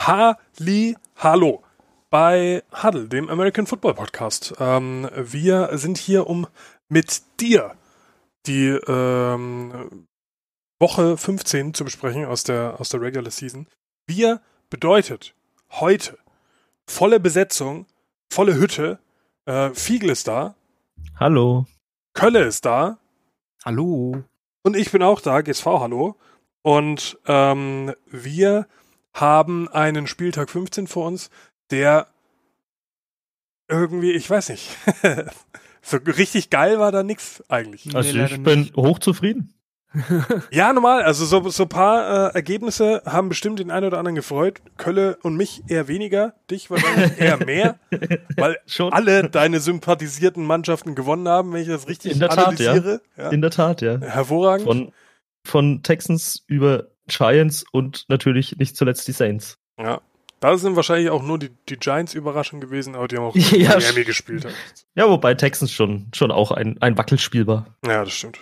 Halli, hallo bei Huddle, dem American Football Podcast. Ähm, wir sind hier, um mit dir die ähm, Woche 15 zu besprechen aus der, aus der Regular Season. Wir bedeutet heute volle Besetzung, volle Hütte. Äh, Fiegel ist da, Hallo. Kölle ist da, Hallo. Und ich bin auch da, GSV, hallo. Und ähm, wir haben einen Spieltag 15 vor uns, der irgendwie, ich weiß nicht, so richtig geil war da nix eigentlich. Also leider ich bin nicht. hochzufrieden. Ja, normal, also so, so ein paar äh, Ergebnisse haben bestimmt den einen oder anderen gefreut. Kölle und mich eher weniger, dich wahrscheinlich eher mehr, weil Schon. alle deine sympathisierten Mannschaften gewonnen haben, wenn ich das richtig In der Tat, analysiere. Ja. In der Tat, ja. Hervorragend. Von, von Texans über Giants und natürlich nicht zuletzt die Saints. Ja. Da sind wahrscheinlich auch nur die, die Giants überraschend gewesen, aber die haben auch Ja, gegen Miami stimmt. gespielt. Ja, wobei Texans schon, schon auch ein, ein Wackelspiel war. Ja, das stimmt.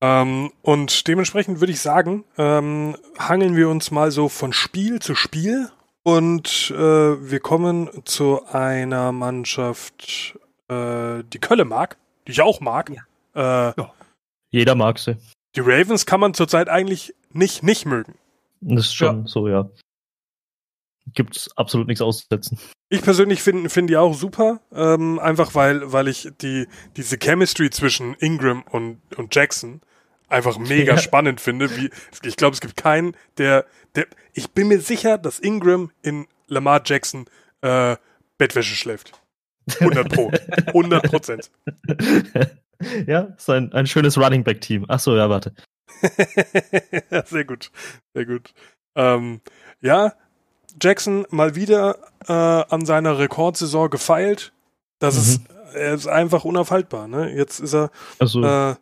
Ähm, und dementsprechend würde ich sagen, ähm, hangeln wir uns mal so von Spiel zu Spiel und äh, wir kommen zu einer Mannschaft, äh, die Kölle mag, die ich auch mag. Äh, Jeder mag sie. die Ravens kann man zurzeit eigentlich nicht nicht mögen. Das ist schon so, ja. Gibt's absolut nichts auszusetzen. Ich persönlich finde find die auch super, ähm, einfach weil, weil ich die, diese Chemistry zwischen Ingram und, und Jackson einfach mega Ja. spannend finde. Wie, ich glaube, es gibt keinen, der, der. Ich bin mir sicher, dass Ingram in Lamar Jackson äh, Bettwäsche schläft. 100 Pro. 100 Prozent. ja, ist ein, ein schönes Running Back Team. Ach so, ja, warte. ja, sehr gut. Sehr gut. Ähm, ja, Jackson mal wieder äh, an seiner Rekordsaison gefeilt. Das Mhm. ist, er ist einfach unaufhaltbar. Ne? Jetzt ist er Also äh,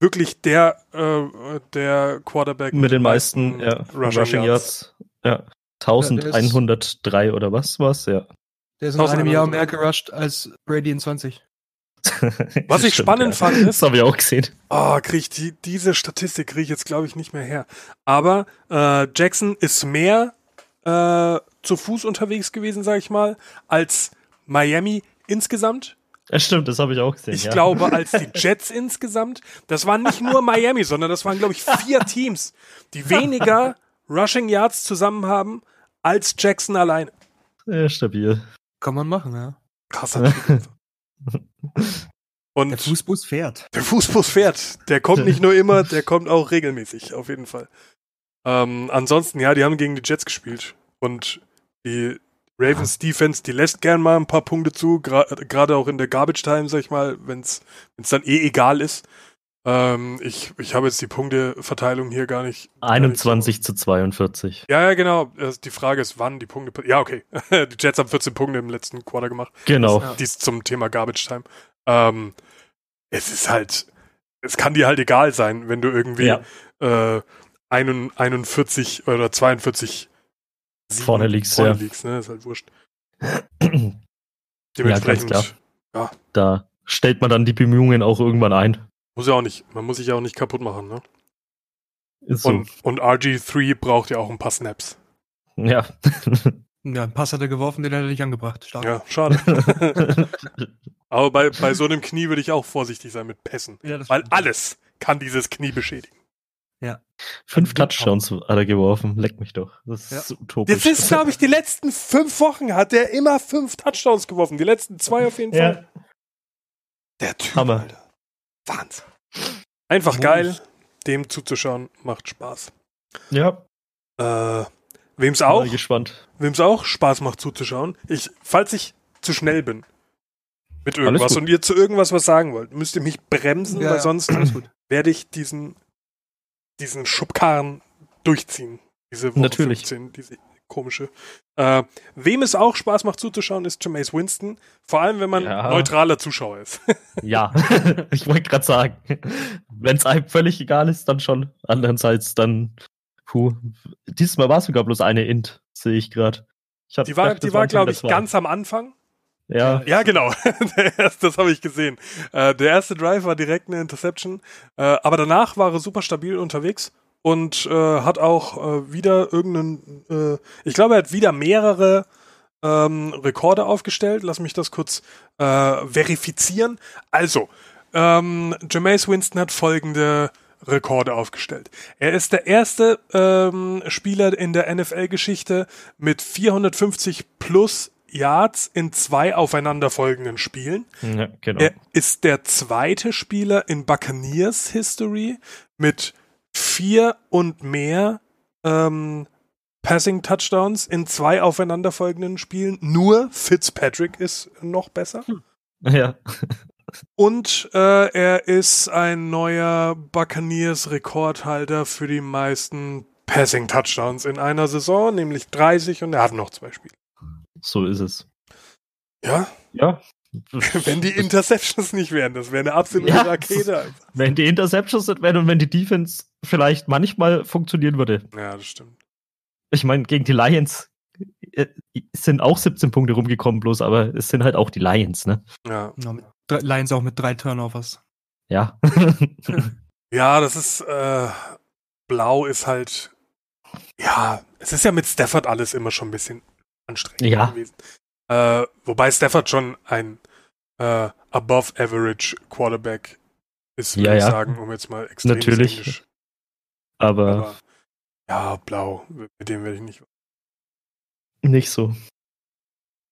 wirklich der, äh, der Quarterback mit den meisten ja, Rushing, Yards. Ja. 1103 oder was war's, ja. Der ist in Tausend einem Jahr andere. mehr gerusht als Brady in 20. Was ich Stimmt, spannend ja. fand, ist, Das habe ich auch gesehen. Ah, krieg ich die, diese Statistik kriege ich jetzt, glaube ich, nicht mehr her. Aber äh, Jackson ist mehr äh, zu Fuß unterwegs gewesen, sage ich mal, als Miami insgesamt. Ja, stimmt, das habe ich auch gesehen. Ich ja. glaube, als die Jets insgesamt. Das waren nicht nur Miami, sondern das waren, glaube ich, vier Teams, die weniger Rushing Yards zusammen haben als Jackson alleine. Ja, stabil. Kann man machen, ja. Krasser Typ. Und Der Fußbus fährt. Der Fußbus fährt. Der kommt nicht nur immer, der kommt auch regelmäßig, auf jeden Fall. Ähm, ansonsten, ja, die haben gegen die Jets gespielt. Und die Ravens Defense, die lässt gern mal ein paar Punkte zu, gra- gerade auch in der Garbage Time, sag ich mal, wenn es dann eh egal ist. Ähm, ich ich habe jetzt die Punkteverteilung hier gar nicht. gar nicht so- 21 zu 42. Ja, ja, genau. Also Die Frage ist, wann die Punkte. Ja, okay. Die Jets haben 14 Punkte im letzten Quarter gemacht Genau. Ja. dies zum Thema Garbage Time. Ähm, es ist halt, es kann dir halt egal sein, wenn du irgendwie Ja. äh, 41 41 oder 42 sieben Vorne liegst, vorne ja. liegst, ne? Ist halt wurscht. ganz Dementsprechend klar. Da stellt man dann die Bemühungen auch irgendwann ein. muss ja auch nicht, man muss sich ja auch nicht kaputt machen, ne? Ist so. Und, und RG3 braucht ja auch ein paar Snaps. ja. Ja, einen Pass hat er geworfen, den hat er nicht angebracht. Stark. Ja, schade. Aber bei, bei so einem Knie würde ich auch vorsichtig sein mit Pässen. Ja, das Weil alles kann dieses Knie beschädigen. Fünf Touchdowns hat er geworfen. Leck mich doch. Das ist utopisch. Das ist, glaube ich, die letzten fünf Wochen hat er immer fünf Touchdowns geworfen. Die letzten zwei auf jeden Fall. ja. Der Typ, Hammer. Alter. Wahnsinn. Einfach Muss. geil. Dem zuzuschauen macht Spaß. ja. Äh, wem's Auch. auch, Mal gespannt. wem's auch Spaß macht zuzuschauen. Ich, falls ich zu schnell bin mit irgendwas gut. und ihr zu irgendwas was sagen wollt, müsst ihr mich bremsen, Ja, weil ja. sonst alles gut. werde ich diesen, diesen Schubkarren durchziehen. Diese Woche Natürlich. 15, diese komische. Äh, wem es auch Spaß macht zuzuschauen, ist Jameis Winston. Vor allem, wenn man Ja. neutraler Zuschauer ist. Ja. ich wollte gerade sagen, wenn es einem völlig egal ist, dann schon. Andererseits dann, puh. Diesmal war es sogar bloß eine Int, sehe ich gerade. Ich hab Die war, gedacht, die das war waren schon glaube wieder ich, zwei. ganz am Anfang. Ja, Ja, genau. Der erste, das habe ich gesehen. Äh, der erste Drive war direkt eine Interception. Äh, aber danach war er super stabil unterwegs und äh, hat auch äh, wieder irgendeinen, äh, ich glaube, er hat wieder mehrere ähm, Rekorde aufgestellt. Lass mich das kurz äh, verifizieren. Also, ähm, Jameis Winston hat folgende Rekorde aufgestellt. Er ist der erste ähm, Spieler in der NFL-Geschichte mit 450 plus Yards in zwei aufeinanderfolgenden Spielen. Ja, genau. Er ist der zweite Spieler in Buccaneers History mit vier und mehr ähm, Passing Touchdowns in zwei aufeinanderfolgenden Spielen. Nur Fitzpatrick ist noch besser. ja. Und äh, er ist ein neuer Buccaneers-Rekordhalter für die meisten Passing-Touchdowns in einer Saison, nämlich 30 und er hat noch zwei Spiele. So ist es. Ja, Ja. wenn die Interceptions nicht wären, das wäre eine absolute Ja. Rakete. einfach. wenn die Interceptions nicht wären und wenn die Defense vielleicht manchmal funktionieren würde. Ja, das stimmt. Ich meine, gegen die Lions äh, sind auch 17 Punkte rumgekommen, bloß, aber es sind halt auch die Lions, ne? Ja, Ja, mit drei, Lions auch mit drei Turnovers. Ja. ja das ist, äh, blau ist halt, ja, es ist ja mit Stafford alles immer schon ein bisschen anstrengend Ja. gewesen. Äh, wobei Stafford schon ein äh, above-average Quarterback ist, würde Ja, ich ja. sagen, um jetzt mal extrem Natürlich. Englisch aber Aber ja, blau, mit dem werde ich nicht. nicht so.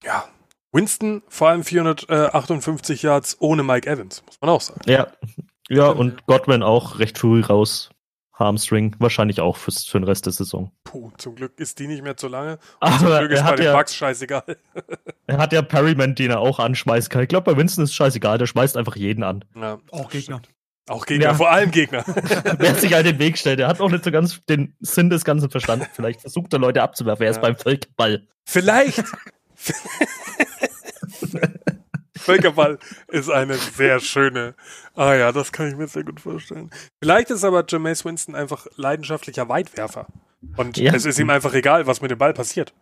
Ja. Winston, vor allem 458 Yards ohne Mike Evans, muss man auch sagen. Ja. Ja, und Godwin auch recht früh raus. Harmstring, wahrscheinlich auch fürs, für den Rest der Saison. Puh, zum Glück ist die nicht mehr zu lange. Zum Aber Glück ist er bei hat, den ja, Bugs scheißegal. er hat ja Perryman, den er auch anschmeißen kann. Ich glaube, bei Winston ist scheißegal, der schmeißt einfach jeden an. Ja, Auch Gegner. Auch Gegner, Ja. vor allem Gegner. Wer sich halt den Weg stellt, der hat auch nicht so ganz den Sinn des Ganzen verstanden. Vielleicht versucht er Leute abzuwerfen. Er ist Ja. beim Völkerball. Vielleicht. Völkerball ist eine sehr schöne. Ah ja, das kann ich mir sehr gut vorstellen. Vielleicht ist aber Jameis Winston einfach leidenschaftlicher Weitwerfer. Und Ja. es ist ihm einfach egal, was mit dem Ball passiert.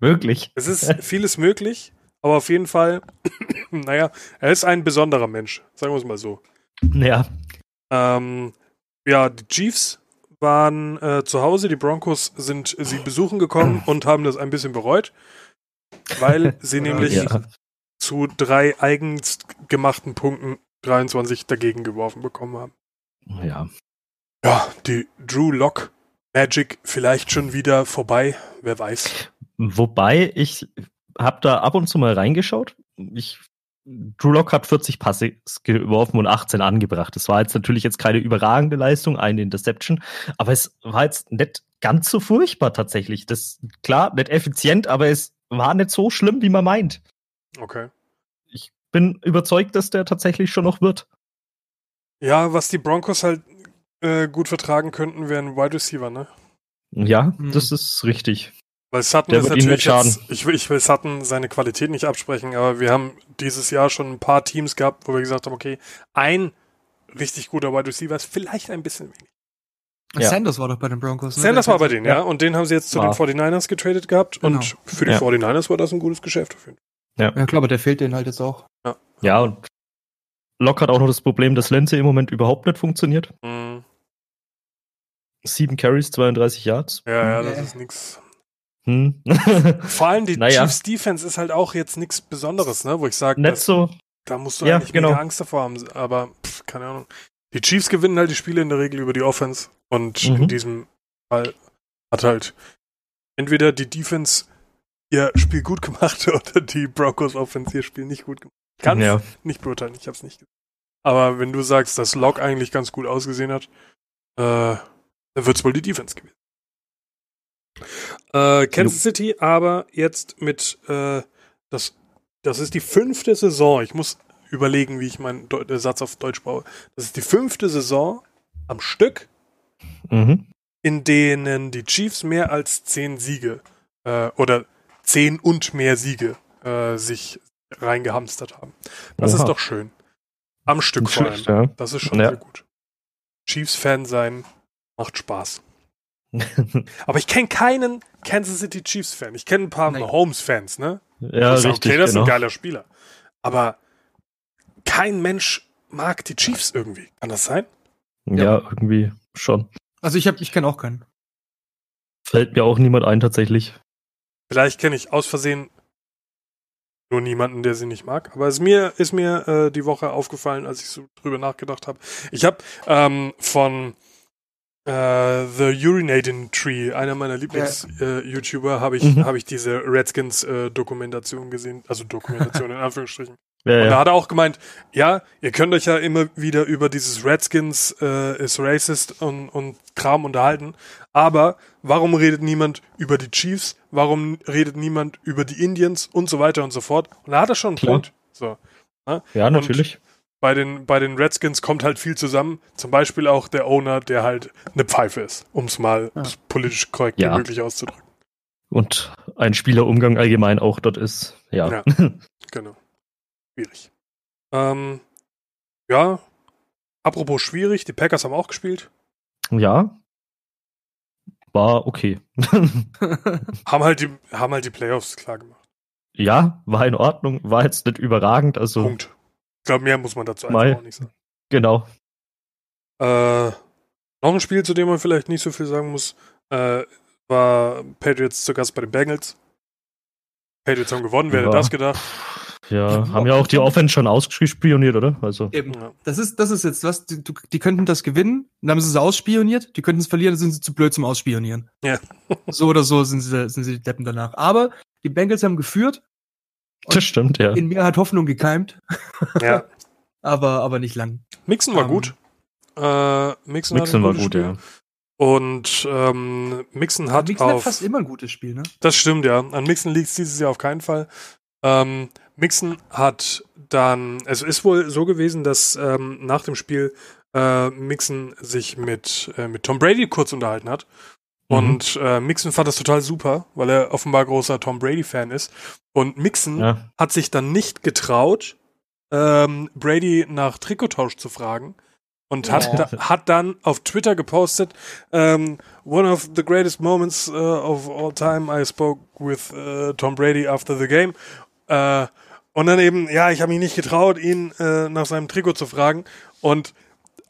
Wirklich. Es ist vieles möglich, aber auf jeden Fall, naja, er ist ein besonderer Mensch, sagen wir es mal so. Ja. Ähm, ja, die Chiefs waren äh, zu Hause, die Broncos sind sie besuchen gekommen und haben das ein bisschen bereut, weil sie nämlich ja. zu drei eigens gemachten Punkten 23 dagegen geworfen bekommen haben. Ja. Ja, die Drew Lock Magic vielleicht schon wieder vorbei, wer weiß. Wobei, ich habe da ab und zu mal reingeschaut. Ich, Drew Lock hat 40 Passes geworfen und 18 angebracht. Das war jetzt natürlich jetzt keine überragende Leistung, eine Interception, aber es war jetzt nicht ganz so furchtbar tatsächlich. Das klar, nicht effizient, aber es war nicht so schlimm, wie man meint. Okay. Ich bin überzeugt, dass der tatsächlich schon noch wird. Ja, was die Broncos halt äh, gut vertragen könnten, wären Wide Receiver, ne? Ja, Hm. Mhm. das ist richtig. Weil Sutton Der ist wird ihnen natürlich nicht schaden. jetzt, ich, will, ich will Sutton seine Qualität nicht absprechen, aber wir haben dieses Jahr schon ein paar Teams gehabt, wo wir gesagt haben, okay, ein richtig guter Wide Receiver ist vielleicht ein bisschen wenig. Ja. Sanders war doch bei den Broncos. ne? Sanders war bei denen, ja. Ja. Und den haben sie jetzt zu War. den 49ers getradet gehabt. Und Genau. für die Ja. 49ers war das ein gutes Geschäft. auf jeden Fall. Ja, klar, aber der fehlt denen halt jetzt auch. Ja, und Lock hat auch noch das Problem, dass Lindsay im Moment überhaupt nicht funktioniert. Sieben Carries, 32 Yards. Ja, ja, das Nee. ist nix. Hm. Vor allem die Naja. Chiefs Defense ist halt auch jetzt nichts Besonderes, ne? Wo ich sage, nicht so. Da musst du Ja, eigentlich genau. mega Angst davor haben, aber pff, keine Ahnung. Die Chiefs gewinnen halt die Spiele in der Regel über die Offense und Mhm. in diesem Fall hat halt entweder die Defense ihr Spiel gut gemacht oder die Broncos Offense ihr Spiel nicht gut gemacht. Kann ja. nicht beurteilen, ich hab's nicht gesehen. Aber wenn du sagst, dass Log eigentlich ganz gut ausgesehen hat, äh, dann wird's wohl die Defense gewesen. Äh, Kansas City aber jetzt mit, äh, das, das ist die fünfte Saison. Ich muss überlegen, wie ich meinen Deu äh, Satz auf Deutsch baue. Das ist die fünfte Saison am Stück, Mhm. in denen die Chiefs mehr als zehn Siege äh, oder zehn und mehr Siege äh, sich reingehamstert haben. Das Oha. ist doch schön. Am Stück vor allem. Schlecht, ja. Das ist schon Ja. sehr gut. Chiefs-Fan sein macht Spaß. Aber ich kenne keinen Kansas City Chiefs-Fan. Ich kenne ein paar Nein. Mahomes-Fans, ne? ja, Ich sag, richtig. okay, das ist genau. ein geiler Spieler. Aber kein Mensch mag die Chiefs irgendwie. Kann das sein? ja, irgendwie schon. Also ich, hab- ich kenne auch keinen. Fällt mir auch niemand ein tatsächlich. Vielleicht kenne ich aus Versehen nur niemanden, der sie nicht mag. Aber es mir ist mir äh, die Woche aufgefallen, als ich so drüber nachgedacht habe. Ich habe ähm, von äh, The Urinating Tree, einer meiner Lieblings-YouTuber, habe ich, Mhm. hab ich diese Redskins-Dokumentation gesehen. Also Dokumentation in Anführungsstrichen. Ja, Und da ja. hat er auch gemeint, ja, ihr könnt euch ja immer wieder über dieses Redskins äh, is racist und, und Kram unterhalten, aber warum redet niemand über die Chiefs? Warum redet niemand über die Indians und so weiter und so fort? Und da hat er schon einen Klar. Punkt. So. ja natürlich. Bei den, bei den Redskins kommt halt viel zusammen. Zum Beispiel auch der Owner, der halt eine Pfeife ist, um es mal Ja. politisch korrekt Ja. wie möglich auszudrücken. Und ein Spielerumgang allgemein auch dort ist. Ja. Ja. Genau. Schwierig. Ähm, ja, apropos schwierig, die Packers haben auch gespielt. Ja. War okay. Haben halt die, haben halt die Playoffs klar gemacht. ja, war in Ordnung. War jetzt nicht überragend. Also, Punkt. Ich glaube, mehr muss man dazu einfach Mai. auch nicht sagen. genau. Äh, noch ein Spiel, zu dem man vielleicht nicht so viel sagen muss, äh, war Patriots zu Gast bei den Bengals. Patriots haben gewonnen, wer hätte Ja. das gedacht? Ja, haben ja auch die Offense schon ausgespioniert, oder? Also, Eben. Ja. Das ist, das ist jetzt was, die, du- die könnten das gewinnen, dann haben sie es ausspioniert, die könnten es verlieren, dann sind sie zu blöd zum Ausspionieren. Ja. so oder so sind sie, sind sie die Deppen danach. Aber die Bengals haben geführt, das stimmt, ja. in mir hat Hoffnung gekeimt, ja. aber, aber nicht lang. Mixon war Ähm, gut. Äh, Mixon, Mixon hat war ein gutes gut, Spiel. ja. Und ähm, Mixon hat Mixon auf. hat fast immer ein gutes Spiel, ne? Das stimmt, ja. An Mixon liegt es dieses Jahr auf keinen Fall. Ähm, Mixon hat dann, es ist wohl so gewesen, dass ähm, nach dem Spiel äh, Mixon sich mit, äh, mit Tom Brady kurz unterhalten hat. Mhm. Und äh, Mixon fand das total super, weil er offenbar großer Tom Brady-Fan ist. Und Mixon Mhm. ja. hat sich dann nicht getraut, ähm, Brady nach Trikottausch zu fragen. Und hat, Oh. da, hat dann auf Twitter gepostet, ähm, one of the greatest moments äh, of all time I spoke with äh, Tom Brady after the game. Äh, und dann eben, ja, ich habe mich nicht getraut, ihn äh, nach seinem Trikot zu fragen. Und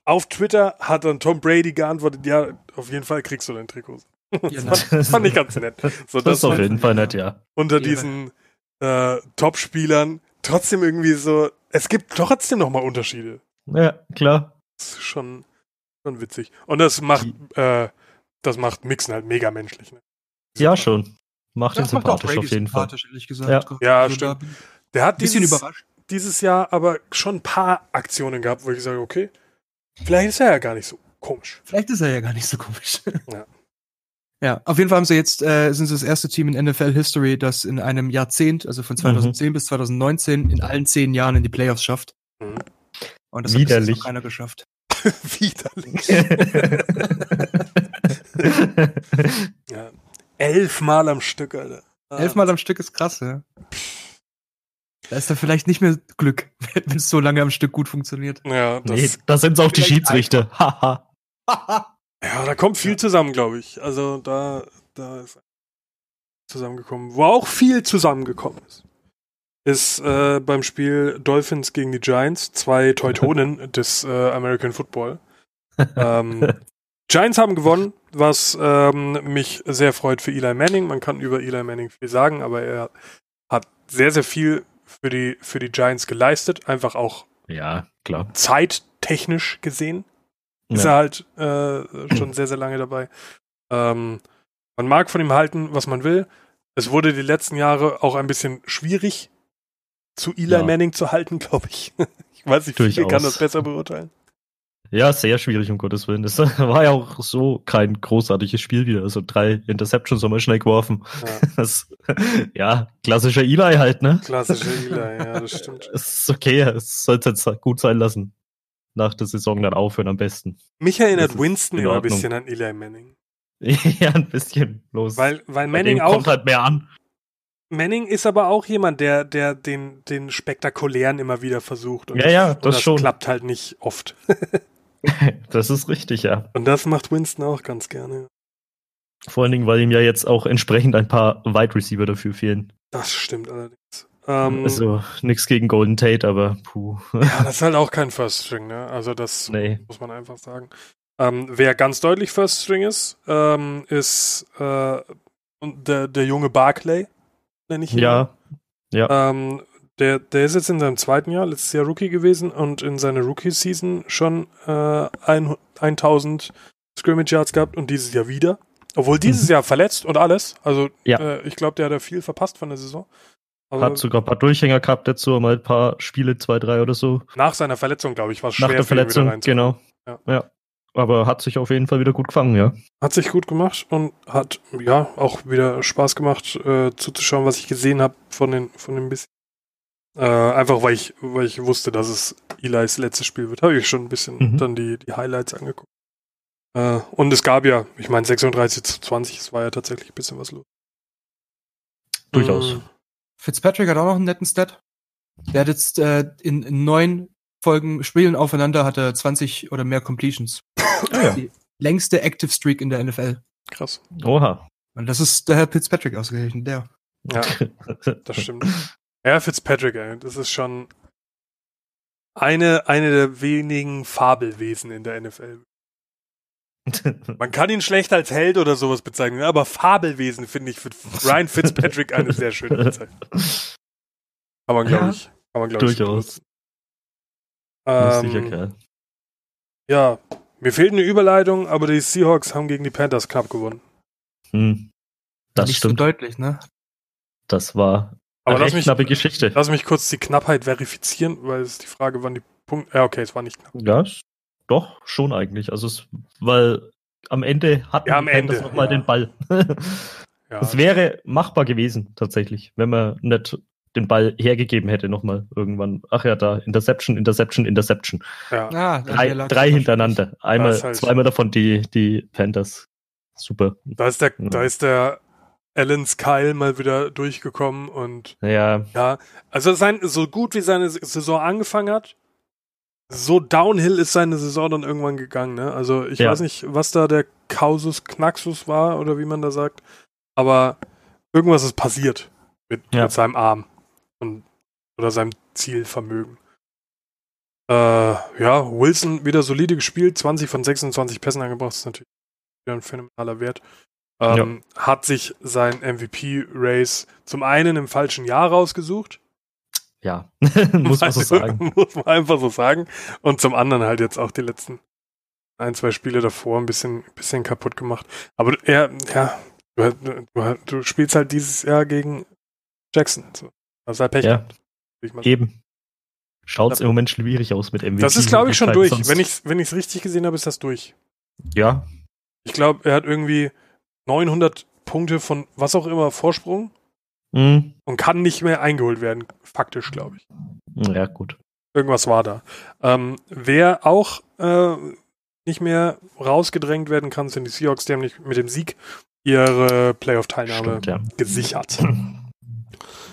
auf Twitter hat dann Tom Brady geantwortet, ja, auf jeden Fall kriegst du dein Trikot. Ja, Das fand, fand ich ganz nett. So, halt Das ist auf nett jeden Fall von dir, nett, ja. unter Ehre. diesen äh, Top-Spielern trotzdem irgendwie so, es gibt trotzdem nochmal Unterschiede. Ja, klar. Das ist schon, schon witzig. Und das macht, äh, das macht Mixen halt mega menschlich. Ne? Ja, schon. Macht ihn Das macht auch sympathisch Brady auf jeden Fall. sympathisch, ehrlich Ja. gesagt. Ja, Also da stimmt. bin ich Ein Der hat bisschen dieses, überrascht. dieses Jahr aber schon ein paar Aktionen gehabt, wo ich sage, okay, vielleicht ist er ja gar nicht so komisch. Vielleicht ist er ja gar nicht so komisch. Ja. Ja, auf jeden Fall haben sie jetzt, äh, sind sie das erste Team in NFL History, das in einem Jahrzehnt, also Mhm. von 2010 bis 2019, in allen zehn Jahren in die Playoffs schafft. Mhm. Und das hat bis jetzt Widerlich. noch keiner geschafft. Widerlich. Ja. Elfmal am Stück, Alter. Ah, Elfmal am Stück ist krass, ja. Da ist dann vielleicht nicht mehr Glück, wenn es so lange am Stück gut funktioniert. Ja, das, nee, das sind auch die Vielleicht Schiedsrichter. Haha. Ja, da kommt viel zusammen, glaube ich. Also da, da ist zusammengekommen. Wo auch viel zusammengekommen ist, ist äh, beim Spiel Dolphins gegen die Giants, zwei Teutonen des äh, American Football. Ähm, Giants haben gewonnen, was ähm, mich sehr freut für Eli Manning. Man kann über Eli Manning viel sagen, aber er hat sehr, sehr viel für die, für die Giants geleistet, einfach auch ja, klar. zeittechnisch gesehen ist Ja. er halt äh, schon sehr, sehr lange dabei. Ähm, man mag von ihm halten, was man will. Es wurde die letzten Jahre auch ein bisschen schwierig, zu Eli Ja. Manning zu halten, glaube ich. Ich weiß nicht, ich Durchaus. kann das besser beurteilen. Ja, sehr schwierig, um Gottes Willen. Das war ja auch so kein großartiges Spiel wieder. Also drei Interceptions haben wir schnell geworfen. Ja, Das, ja, klassischer Eli halt, ne? klassische Eli, ja, das stimmt. Es ist okay, es sollte jetzt gut sein lassen. Nach der Saison dann aufhören am besten. Mich Das erinnert ist Winston in immer ein Ordnung. bisschen an Eli Manning. ja, ein bisschen los. Weil, weil Bei Manning dem auch, kommt halt mehr an. Manning ist aber auch jemand, der, der den, den Spektakulären immer wieder versucht. Ja, ja, das und das schon. klappt halt nicht oft. Das ist richtig, ja. Und das macht Winston auch ganz gerne. Vor allen Dingen, weil ihm ja jetzt auch entsprechend ein paar Wide Receiver dafür fehlen. Das stimmt allerdings. Ähm, also nichts gegen Golden Tate, aber puh. Ja, das ist halt auch kein First String, ne? Also das nee. muss man einfach sagen. Ähm, wer ganz deutlich First String ist, ähm, ist äh, und der, der junge Barclay, nenne ich ihn. Ja. Ähm, der, der ist jetzt in seinem zweiten Jahr, letztes Jahr Rookie gewesen und in seiner Rookie-Season schon äh, ein, 1000 Scrimmage Yards gehabt und dieses Jahr wieder. Obwohl dieses Jahr verletzt und alles. Also Mhm. Ja. äh, ich glaube, der hat da viel verpasst von der Saison. Also Hat sogar ein paar Durchhänger gehabt dazu, mal ein paar Spiele, zwei, drei oder so. nach seiner Verletzung, glaube ich, war es schwer Nach der für ihn wieder Verletzung, reinzukommen. genau. Ja. Ja. Aber hat sich auf jeden Fall wieder gut gefangen, ja. Hat sich gut gemacht und hat ja auch wieder Spaß gemacht äh, zuzuschauen, was ich gesehen habe von den von dem bisschen. Äh, einfach weil ich weil ich wusste, dass es Eli's letztes Spiel wird, habe ich schon ein bisschen Mhm. dann die die Highlights angeguckt. Äh, und es gab ja, ich meine 36 zu 20, es war ja tatsächlich ein bisschen was los. Durchaus. Mm, Fitzpatrick hat auch noch einen netten Stat. Der hat jetzt äh, in, in neun Folgen Spielen aufeinander hat er 20 oder mehr Completions. Ah, Ah, ja. Die längste Active Streak in der NFL. krass. Oha. Und das ist der Herr Fitzpatrick ausgerechnet, der. Ja. Das stimmt. Ja, Fitzpatrick, ey, das ist schon eine, eine der wenigen Fabelwesen in der NFL. Man kann ihn schlecht als Held oder sowas bezeichnen, aber Fabelwesen finde ich für Ryan Fitzpatrick eine sehr schöne Bezeichnung. Kann man, glaube Ja, ich. Kann man, glaub Durchaus. Ich, Lustiger ähm, Kerl. ja, mir fehlt eine Überleitung, aber die Seahawks haben gegen die Panthers knapp gewonnen. Hm. Das Nicht stimmt. so deutlich, ne? das war Aber eine lass recht mich, knappe Geschichte. lass mich kurz die Knappheit verifizieren, weil es die Frage, wann die Punkte. Ja, okay, es war nicht knapp. Ja, es- doch, schon eigentlich. Also es, weil am Ende hatten Ja, am die Panthers Ende, noch mal ja. den Ball. Ja, Es wäre machbar gewesen, tatsächlich, wenn man nicht den Ball hergegeben hätte nochmal irgendwann. Ach ja, da, Interception, Interception, Interception. ja. Ah, Drei, der lag- drei hintereinander. Einmal, ist halt- zweimal davon die, die Panthers. Super. Da ist der, Ja. da ist der Alan Skyle mal wieder durchgekommen und Ja, ja, also sein, so gut wie seine S- Saison angefangen hat, so downhill ist seine Saison dann irgendwann gegangen, ne? Also ich Ja. weiß nicht, was da der Kausus Knaxus war oder wie man da sagt, aber irgendwas ist passiert mit, Ja. mit seinem Arm und oder seinem Zielvermögen. Äh, ja, Wilson wieder solide gespielt, 20 von 26 Pässen angebracht, ist natürlich wieder ein phänomenaler Wert. Ähm, Hat sich sein MVP-Race zum einen im falschen Jahr rausgesucht, ja. Muss Also, man so sagen. muss man einfach so sagen, und zum anderen halt jetzt auch die letzten ein, zwei Spiele davor ein bisschen, bisschen kaputt gemacht. Aber er, ja, du, du, du spielst halt dieses Jahr gegen Jackson. So. Also sei Pech. Ja. gehabt, würde ich mal sagen. Eben. Schaut's im Moment schwierig aus mit MVP. Das ist, glaube ich, schon Möglichkeiten durch. sonst. Wenn ich es wenn ich's richtig gesehen habe, ist das durch. ja, Ich glaube, er hat irgendwie 900 Punkte von was auch immer Vorsprung hm. und kann nicht mehr eingeholt werden, faktisch, glaube ich. ja, gut. Irgendwas war da. Ähm, wer auch äh, nicht mehr rausgedrängt werden kann, sind die Seahawks, die haben nicht mit dem Sieg ihre Playoff-Teilnahme Stimmt, ja. gesichert.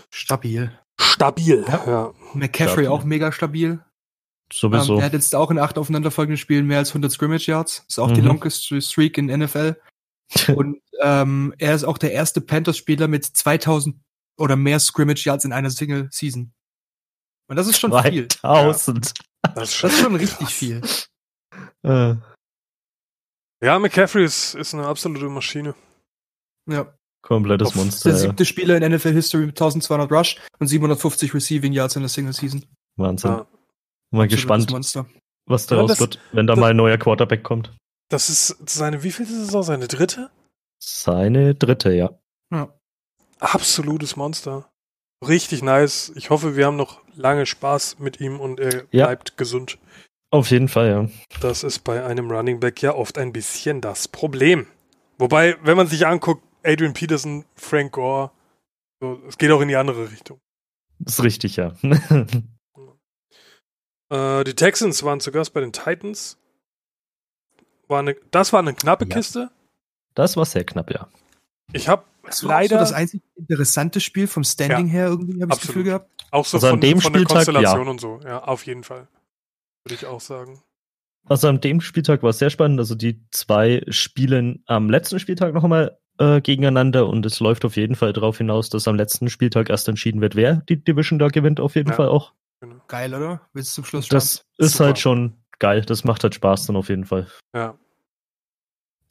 Stabil. Stabil. Ja. McCaffrey Stabil. auch mega stabil. Sowieso. Ähm, er hat jetzt auch in acht aufeinanderfolgenden Spielen mehr als 100 Scrimmage Yards. Ist auch die Mhm. longest Streak in NFL. Und ähm, er ist auch der erste Panthers-Spieler mit 2000 oder mehr Scrimmage Yards in einer Single Season. Und das ist schon viel. 2000. Das ist schon- Das ist schon richtig viel. Äh, ja, McCaffrey ist, ist eine absolute Maschine. Ja. komplettes Auf- Monster. Der ja. siebte Spieler in NFL History mit 1200 Rush und 750 Receiving Yards in der Single Season. Wahnsinn. Ja. Mal Absolutes gespannt, Monster. was daraus das- wird, wenn da das- mal ein neuer Quarterback kommt. Das ist seine, wie viel ist es auch? Seine dritte? Seine dritte, ja. Ja. absolutes Monster. Richtig nice. Ich hoffe, wir haben noch lange Spaß mit ihm und er Ja. bleibt gesund. Auf jeden Fall, ja. Das ist bei einem Running Back ja oft ein bisschen das Problem. Wobei, wenn man sich anguckt, Adrian Peterson, Frank Gore, so, es geht auch in die andere Richtung. Ist richtig, ja. Äh, die Texans waren zu Gast bei den Titans. War eine, das war eine knappe Ja. Kiste. das war sehr knapp, ja. Ich habe Das war auch leider so das einzig interessante Spiel vom Standing her irgendwie, habe ich das absolut. Gefühl gehabt. auch so Also an von, dem von der Spieltag, Konstellation und so. Ja, auf jeden Fall. Würde ich auch sagen. Also an dem Spieltag war es sehr spannend. Also die zwei spielen am letzten Spieltag noch einmal äh, gegeneinander und es läuft auf jeden Fall darauf hinaus, dass am letzten Spieltag erst entschieden wird, wer die Division da gewinnt, auf jeden Ja. Fall auch. Geil, oder? Willst du zum Schluss Das sparen? ist Super. halt schon geil. Das macht halt Spaß dann auf jeden Fall. Ja.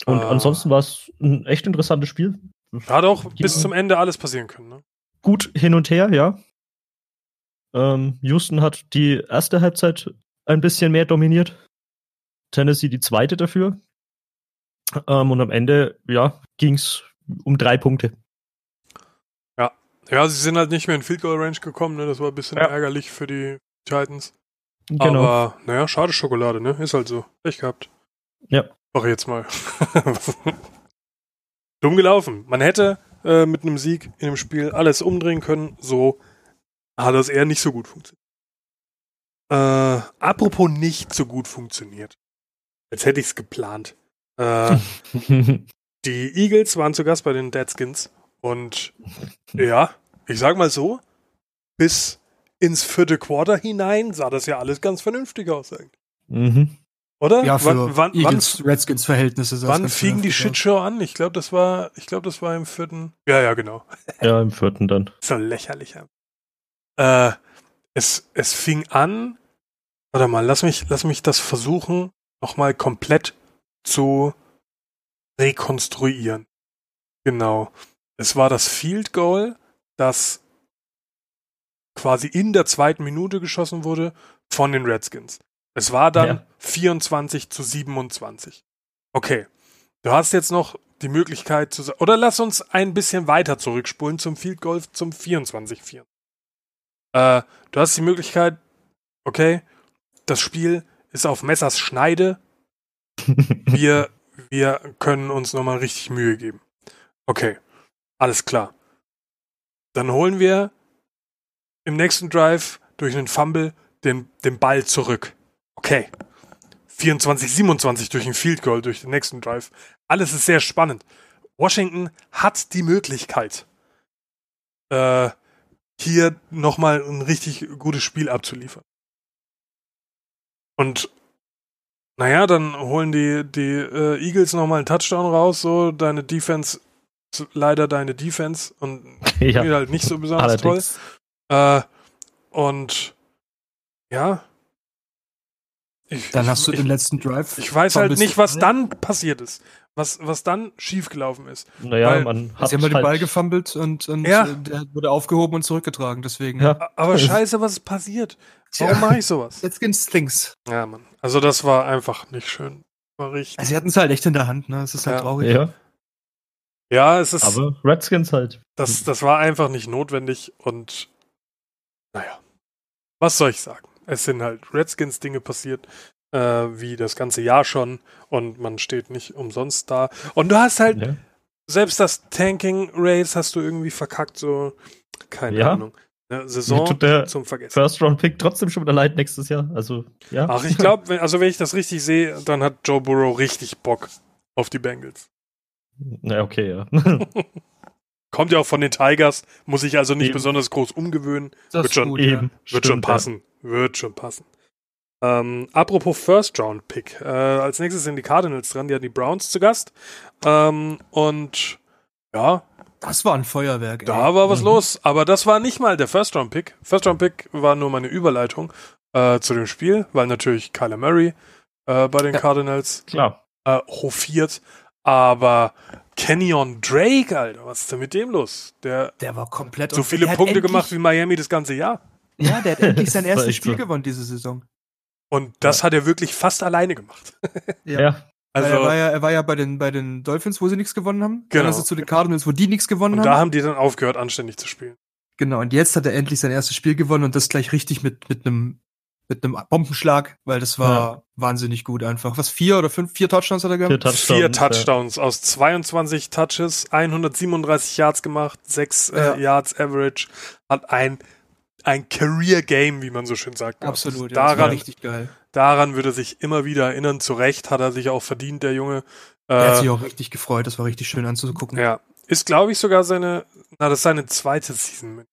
Und Ah. ansonsten war es ein echt interessantes Spiel. Hat auch bis Ja. zum Ende alles passieren können. Ne? Gut hin und her, ja. Ähm, Houston hat die erste Halbzeit ein bisschen mehr dominiert. Tennessee die zweite dafür. Ähm, und am Ende, ja, ging es um drei Punkte. Ja, sie sind halt nicht mehr in Field Goal Range gekommen. Ne? Das war ein bisschen Ja. ärgerlich für die Titans. Genau. Aber naja, schade Schokolade, ne? Ist halt so. Pech gehabt. Ja. Mach ich jetzt mal. Dumm gelaufen. Man hätte äh, mit einem Sieg in dem Spiel alles umdrehen können. So hat das eher nicht so gut funktioniert. Äh, apropos nicht so gut funktioniert. Jetzt hätte ich es geplant. Äh, die Eagles waren zu Gast bei den Deadskins und ja, ich sag mal so, bis ins vierte Quarter hinein sah das ja alles ganz vernünftig aus, eigentlich. mhm. oder? Ja, für wann, wann, Eagles, Redskins Verhältnisse. sah es wann, wann ganz fing die vernünftig aus. Shitshow an? Ich glaube, das war, ich glaube, das war im vierten. Ja, ja, genau. Ja, im vierten dann. So lächerlich. Äh, es, es fing an. Warte mal, lass mich, lass mich das versuchen, nochmal komplett zu rekonstruieren. Genau. Es war das Field Goal, das quasi in der zweiten Minute geschossen wurde von den Redskins. Es war dann Ja. 24 zu 27. Okay. Du hast jetzt noch die Möglichkeit zu sa- Oder lass uns ein bisschen weiter zurückspulen zum Field Goal zum 24-4. Äh, du hast die Möglichkeit, okay, das Spiel ist auf Messers Schneide. Wir, wir können uns nochmal richtig Mühe geben. Okay, alles klar. Dann holen wir im nächsten Drive durch einen Fumble den, den Ball zurück. Okay. 24, 27 durch ein Field Goal, durch den nächsten Drive. Alles ist sehr spannend. Washington hat die Möglichkeit, äh, hier nochmal ein richtig gutes Spiel abzuliefern. Und naja, dann holen die, die äh, Eagles nochmal einen Touchdown raus, so deine Defense, ist leider deine Defense und ja, spielt halt nicht so besonders toll. allerdings. Äh, und ja. Ich, Dann ich, hast du ich, den letzten Drive. ich weiß halt Fumbles nicht, was dabei. dann passiert ist. Was, was dann schiefgelaufen ist. Naja, weil- man hat Sie haben halt den Ball halt, gefummelt und, und Ja. äh, der wurde aufgehoben und zurückgetragen. Deswegen. Ja. A- Aber scheiße, was ist passiert? Warum mache ich sowas? Jetzt gibt's Slings. Ja, Mann. Also das war einfach nicht schön. War richtig. Also, sie hatten es halt echt in der Hand, ne? Das ist halt Ja. traurig. ja, Ja, es ist. aber Redskins halt. Das, das war einfach nicht notwendig und naja, was soll ich sagen? Es sind halt Redskins-Dinge passiert, äh, wie das ganze Jahr schon und man steht nicht umsonst da. Und du hast halt, Ja. selbst das Tanking-Race hast du irgendwie verkackt, so, keine Ja. Ahnung. Ne, Mir Saison tut der zum Vergessen. First-Round-Pick trotzdem schon wieder leid nächstes Jahr. Also, ja. Ach, ich glaube, also wenn ich das richtig sehe, dann hat Joe Burrow richtig Bock auf die Bengals. Na, okay, ja. Kommt ja auch von den Tigers, muss ich also nicht Eben. besonders groß umgewöhnen. Das Wird schon Eben. Wird Stimmt, schon passen. Wird schon passen. Ähm, apropos First Round Pick. Äh, als nächstes sind die Cardinals dran, die hatten die Browns zu Gast. Ähm, und ja, Das war ein Feuerwerk. ey. da war was Mhm. los. Aber das war nicht mal der First Round Pick. First Round Pick war nur meine Überleitung äh, zu dem Spiel, weil natürlich Kyler Murray äh, bei den Ja. Cardinals Ja. Klar. äh, hofiert. Aber Kenyon Drake, Alter, was ist denn mit dem los? Der Der war komplett. so und- viele der hat Punkte endlich- gemacht wie Miami das ganze Jahr. Ja, der hat endlich sein Das war erstes echt Spiel so. gewonnen diese Saison. Und das hat er wirklich fast alleine gemacht. Ja. Ja. Also, Also, er war ja, er war ja bei, den, bei den Dolphins, wo sie nichts gewonnen haben. Genau. Dann ist er zu den Cardinals, wo die nichts gewonnen und haben. da haben die dann aufgehört, anständig zu spielen. Genau, und jetzt hat er endlich sein erstes Spiel gewonnen und das gleich richtig mit, mit einem, mit einem Bombenschlag, weil das war wahnsinnig gut einfach. Was, vier oder fünf, vier Touchdowns hat er Vier gehabt? Touchdowns. Vier Touchdowns aus 22 Touches, 137 Yards gemacht, 6 äh, Ja. Yards Average, hat ein, ein Career Game, wie man so schön sagt. gehabt. Absolut, ja, das war Daran, richtig geil. daran wird er sich immer wieder erinnern. Zu Recht hat er sich auch verdient, der Junge. Er hat Äh, sich auch richtig gefreut, das war richtig schön anzugucken. ja. Ist, glaube ich, sogar seine, na, das ist seine zweite Season. mit-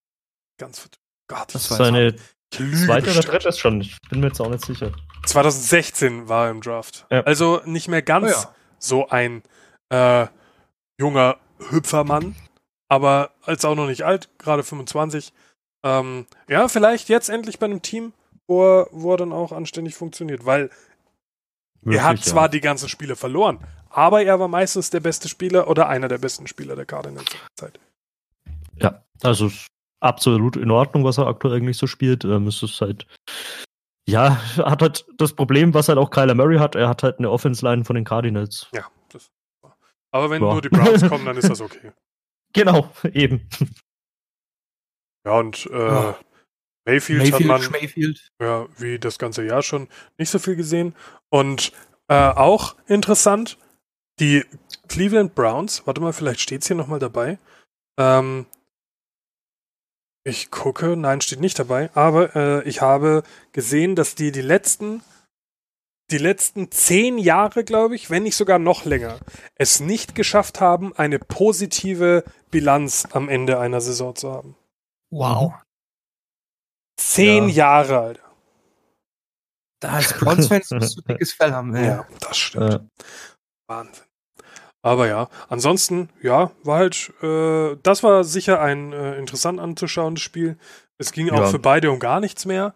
Ganz vert- Gott, Das Das ich ist seine lüge zweite oder bestimmt. dritte ist schon. Ich bin mir jetzt auch nicht sicher. 2016 war er im Draft. Ja. Also nicht mehr ganz Oh ja. so ein äh, junger Hüpfermann, aber als auch noch nicht alt, gerade 25. Ähm, ja, vielleicht jetzt endlich bei einem Team, wo er, wo er dann auch anständig funktioniert, weil er hat Wirklich, ja. zwar die ganzen Spiele verloren, aber er war meistens der beste Spieler oder einer der besten Spieler der Cardinals in der Zeit. Ja, also ist absolut in Ordnung, was er aktuell eigentlich so spielt. Ähm, es ist halt, ja, hat halt das Problem, was halt auch Kyler Murray hat. Er hat halt eine Offense-Line von den Cardinals. Ja, das Aber wenn Ja. nur die Browns kommen, dann ist das okay. Genau, eben. Ja, und äh, Ja. Mayfield, hat Ah. Mayfield, man Schmayfield. ja, wie das ganze Jahr schon nicht so viel gesehen. Und äh, auch interessant, die Cleveland Browns, warte mal, vielleicht steht es hier nochmal dabei. Ähm, ich gucke, nein, steht nicht dabei, aber äh, ich habe gesehen, dass die die letzten, die letzten zehn Jahre, glaube ich, wenn nicht sogar noch länger, es nicht geschafft haben, eine positive Bilanz am Ende einer Saison zu haben. Wow. Zehn Ja. Jahre, Alter. Da ist Browns-Fans musst du dickes Fell haben. Ey. Ja, das stimmt. Äh, Wahnsinn. Aber ja, ansonsten, ja, war halt, äh, das war sicher ein äh, interessant anzuschauendes Spiel. Es ging auch Ja. für beide um gar nichts mehr.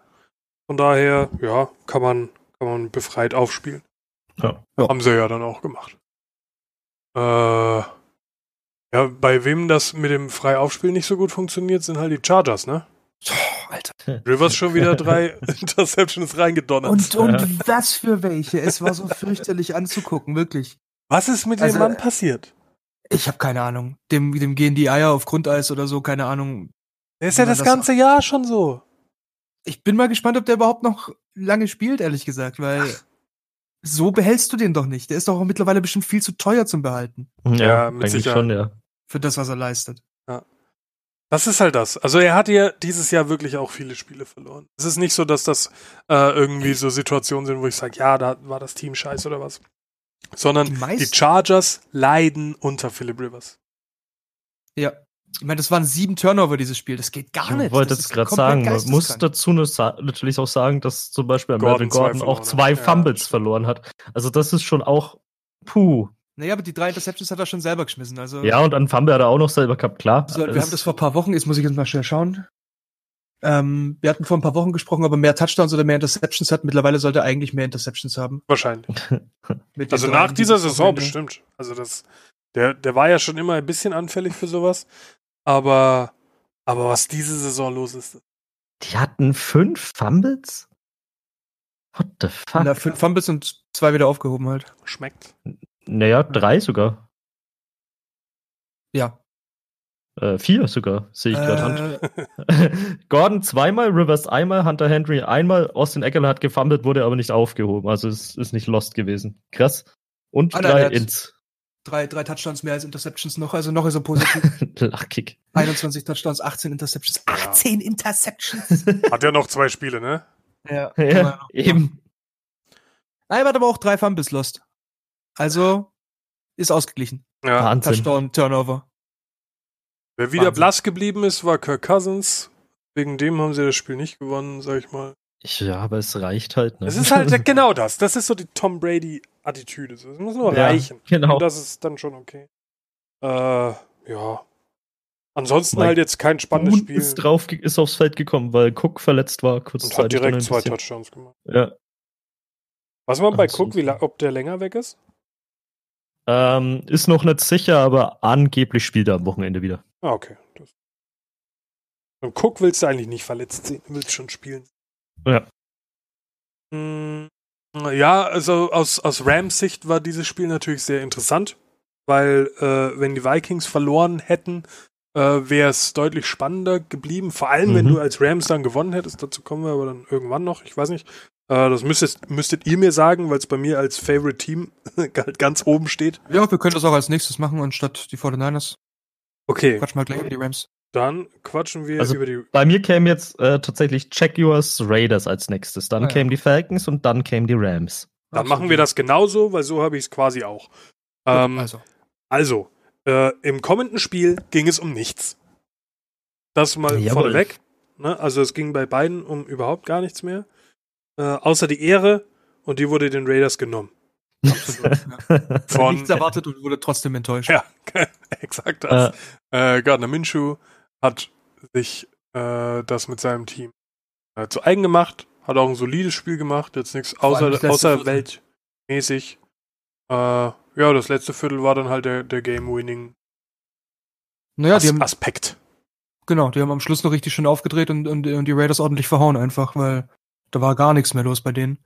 Von daher, ja, kann man, kann man befreit aufspielen. ja. Haben sie ja dann auch gemacht. Äh, ja, bei wem das mit dem frei aufspielen nicht so gut funktioniert, sind halt die Chargers, ne? Oh, Alter. Rivers schon wieder drei Interceptions reingedonnert. Und, und was für welche. Es war so fürchterlich anzugucken, wirklich. Was ist mit Also, dem Mann passiert? Ich habe keine Ahnung. Dem, dem gehen die Eier auf Grundeis oder so, keine Ahnung. Der ist ja wenn man das das- ganze Jahr schon so. Ich bin mal gespannt, ob der überhaupt noch lange spielt, ehrlich gesagt, weil so behältst du den doch nicht. Der ist doch auch mittlerweile bestimmt viel zu teuer zum Behalten. Ja, ja, mit eigentlich Sicherheit. schon, ja. Für das, was er leistet. Das ist halt das. Also er hat ja dieses Jahr wirklich auch viele Spiele verloren. Es ist nicht so, dass das äh, irgendwie so Situationen sind, wo ich sage, ja, da war das Team scheiße oder was. Sondern die meisten. Chargers leiden unter Philip Rivers. ja. Ich meine, das waren sieben Turnover, dieses Spiel. Das geht gar nicht. Ich wollte Das jetzt ist gerade komplett sagen, man muss geisteskrank. dazu nur sa- natürlich auch sagen, dass zum Beispiel Gordon Melvin Gordon, zwei auch verloren hat. zwei Ja, Fumbles stimmt. verloren hat. Also das ist schon auch puh. Naja, aber die drei Interceptions hat er schon selber geschmissen. Also, Ja, und an Fumble hat er auch noch selber gehabt, klar. also wir Es- haben das vor ein paar Wochen, jetzt muss ich jetzt mal schnell schauen. Ähm, wir hatten vor ein paar Wochen gesprochen, aber mehr Touchdowns oder mehr Interceptions hat. Mittlerweile sollte er eigentlich mehr Interceptions haben. Wahrscheinlich. Mit den Also dreien, nach die dieser das Saison Wochenende- bestimmt. Also das, der, der war ja schon immer ein bisschen anfällig für sowas. Aber, aber was diese Saison los ist, Die hatten fünf Fumbles? What the fuck? Na, fünf Fumbles und zwei wieder aufgehoben halt. schmeckt. naja, drei sogar. Ja. Äh, vier sogar, sehe ich gerade. äh, Gordon zweimal, Rivers einmal, Hunter Henry einmal, Austin Eckler hat gefumbled, wurde aber nicht aufgehoben. Also es ist nicht lost gewesen. Krass. Und Ah, nein, drei er hat- Ins. drei, drei Touchdowns mehr als Interceptions noch. Also noch ist er positiv. Lachkick. 21 Touchdowns, 18 Interceptions. 18 Interceptions! Hat ja noch zwei Spiele, ne? Ja. ja, eben. Ah, Er hat aber auch drei Fumbles lost. Also ist ausgeglichen. Ja. Wahnsinn. Touchdown, Turnover. Wer wieder Wahnsinn. blass geblieben ist, war Kirk Cousins. Wegen dem haben sie das Spiel nicht gewonnen, sag ich mal. Ich, ja, aber es reicht halt. Ne? Es ist halt genau das. Das ist so die Tom Brady-Attitüde. so. Es muss nur Ja, reichen. genau. Und das ist dann schon okay. Äh, ja. Ansonsten Mike halt jetzt kein spannendes Boone Spiel. ist drauf, ge- ist aufs Feld gekommen, weil Cook verletzt war, und kurzzeitig. hat dann direkt ein zwei bisschen. Touchdowns gemacht. Ja. Was man bei Ach, Cook, wie, super. la- ob der länger weg ist? Ähm, ist noch nicht sicher, aber angeblich spielt er am Wochenende wieder. Ah, okay. Das. Und Cook willst du eigentlich nicht verletzt sehen. Willst schon spielen. Ja. Mm, Ja, also aus, aus Rams Sicht war dieses Spiel natürlich sehr interessant, weil äh, wenn die Vikings verloren hätten, äh, wäre es deutlich spannender geblieben. Vor allem, wenn Mhm. du als Rams dann gewonnen hättest. Dazu kommen wir aber dann irgendwann noch. Ich weiß nicht. Äh, das müsstet, müsstet ihr mir sagen, weil es bei mir als Favorite Team halt ganz oben steht. Ja, wir können das auch als nächstes machen, anstatt die 49ers. Okay, Quatsch mal gleich über die Rams. dann quatschen wir Also- über die. Bei mir kämen jetzt äh, tatsächlich Jaguars Raiders als nächstes. Dann Ah, ja. kämen die Falcons und dann kämen die Rams. Dann machen wir das genauso, weil so habe ich es quasi auch. Ähm, also. Also, äh, im kommenden Spiel ging es um nichts. Das mal Jawohl. vorneweg. Ne? Also es ging bei beiden um überhaupt gar nichts mehr. Äh, außer die Ehre und die wurde den Raiders genommen. Von, Nichts erwartet und wurde trotzdem enttäuscht. ja, exakt das. Äh, Gardner Minshew hat sich äh, das mit seinem Team äh, zu eigen gemacht, hat auch ein solides Spiel gemacht, jetzt nichts allem außer, das letzte außer Viertel. Welt, mäßig. Äh, ja, das letzte Viertel war dann halt der, der Game-Winning Naja, die haben, Aspekt. genau, die haben am Schluss noch richtig schön aufgedreht und, und, und die Raiders ordentlich verhauen einfach, weil da war gar nichts mehr los bei denen.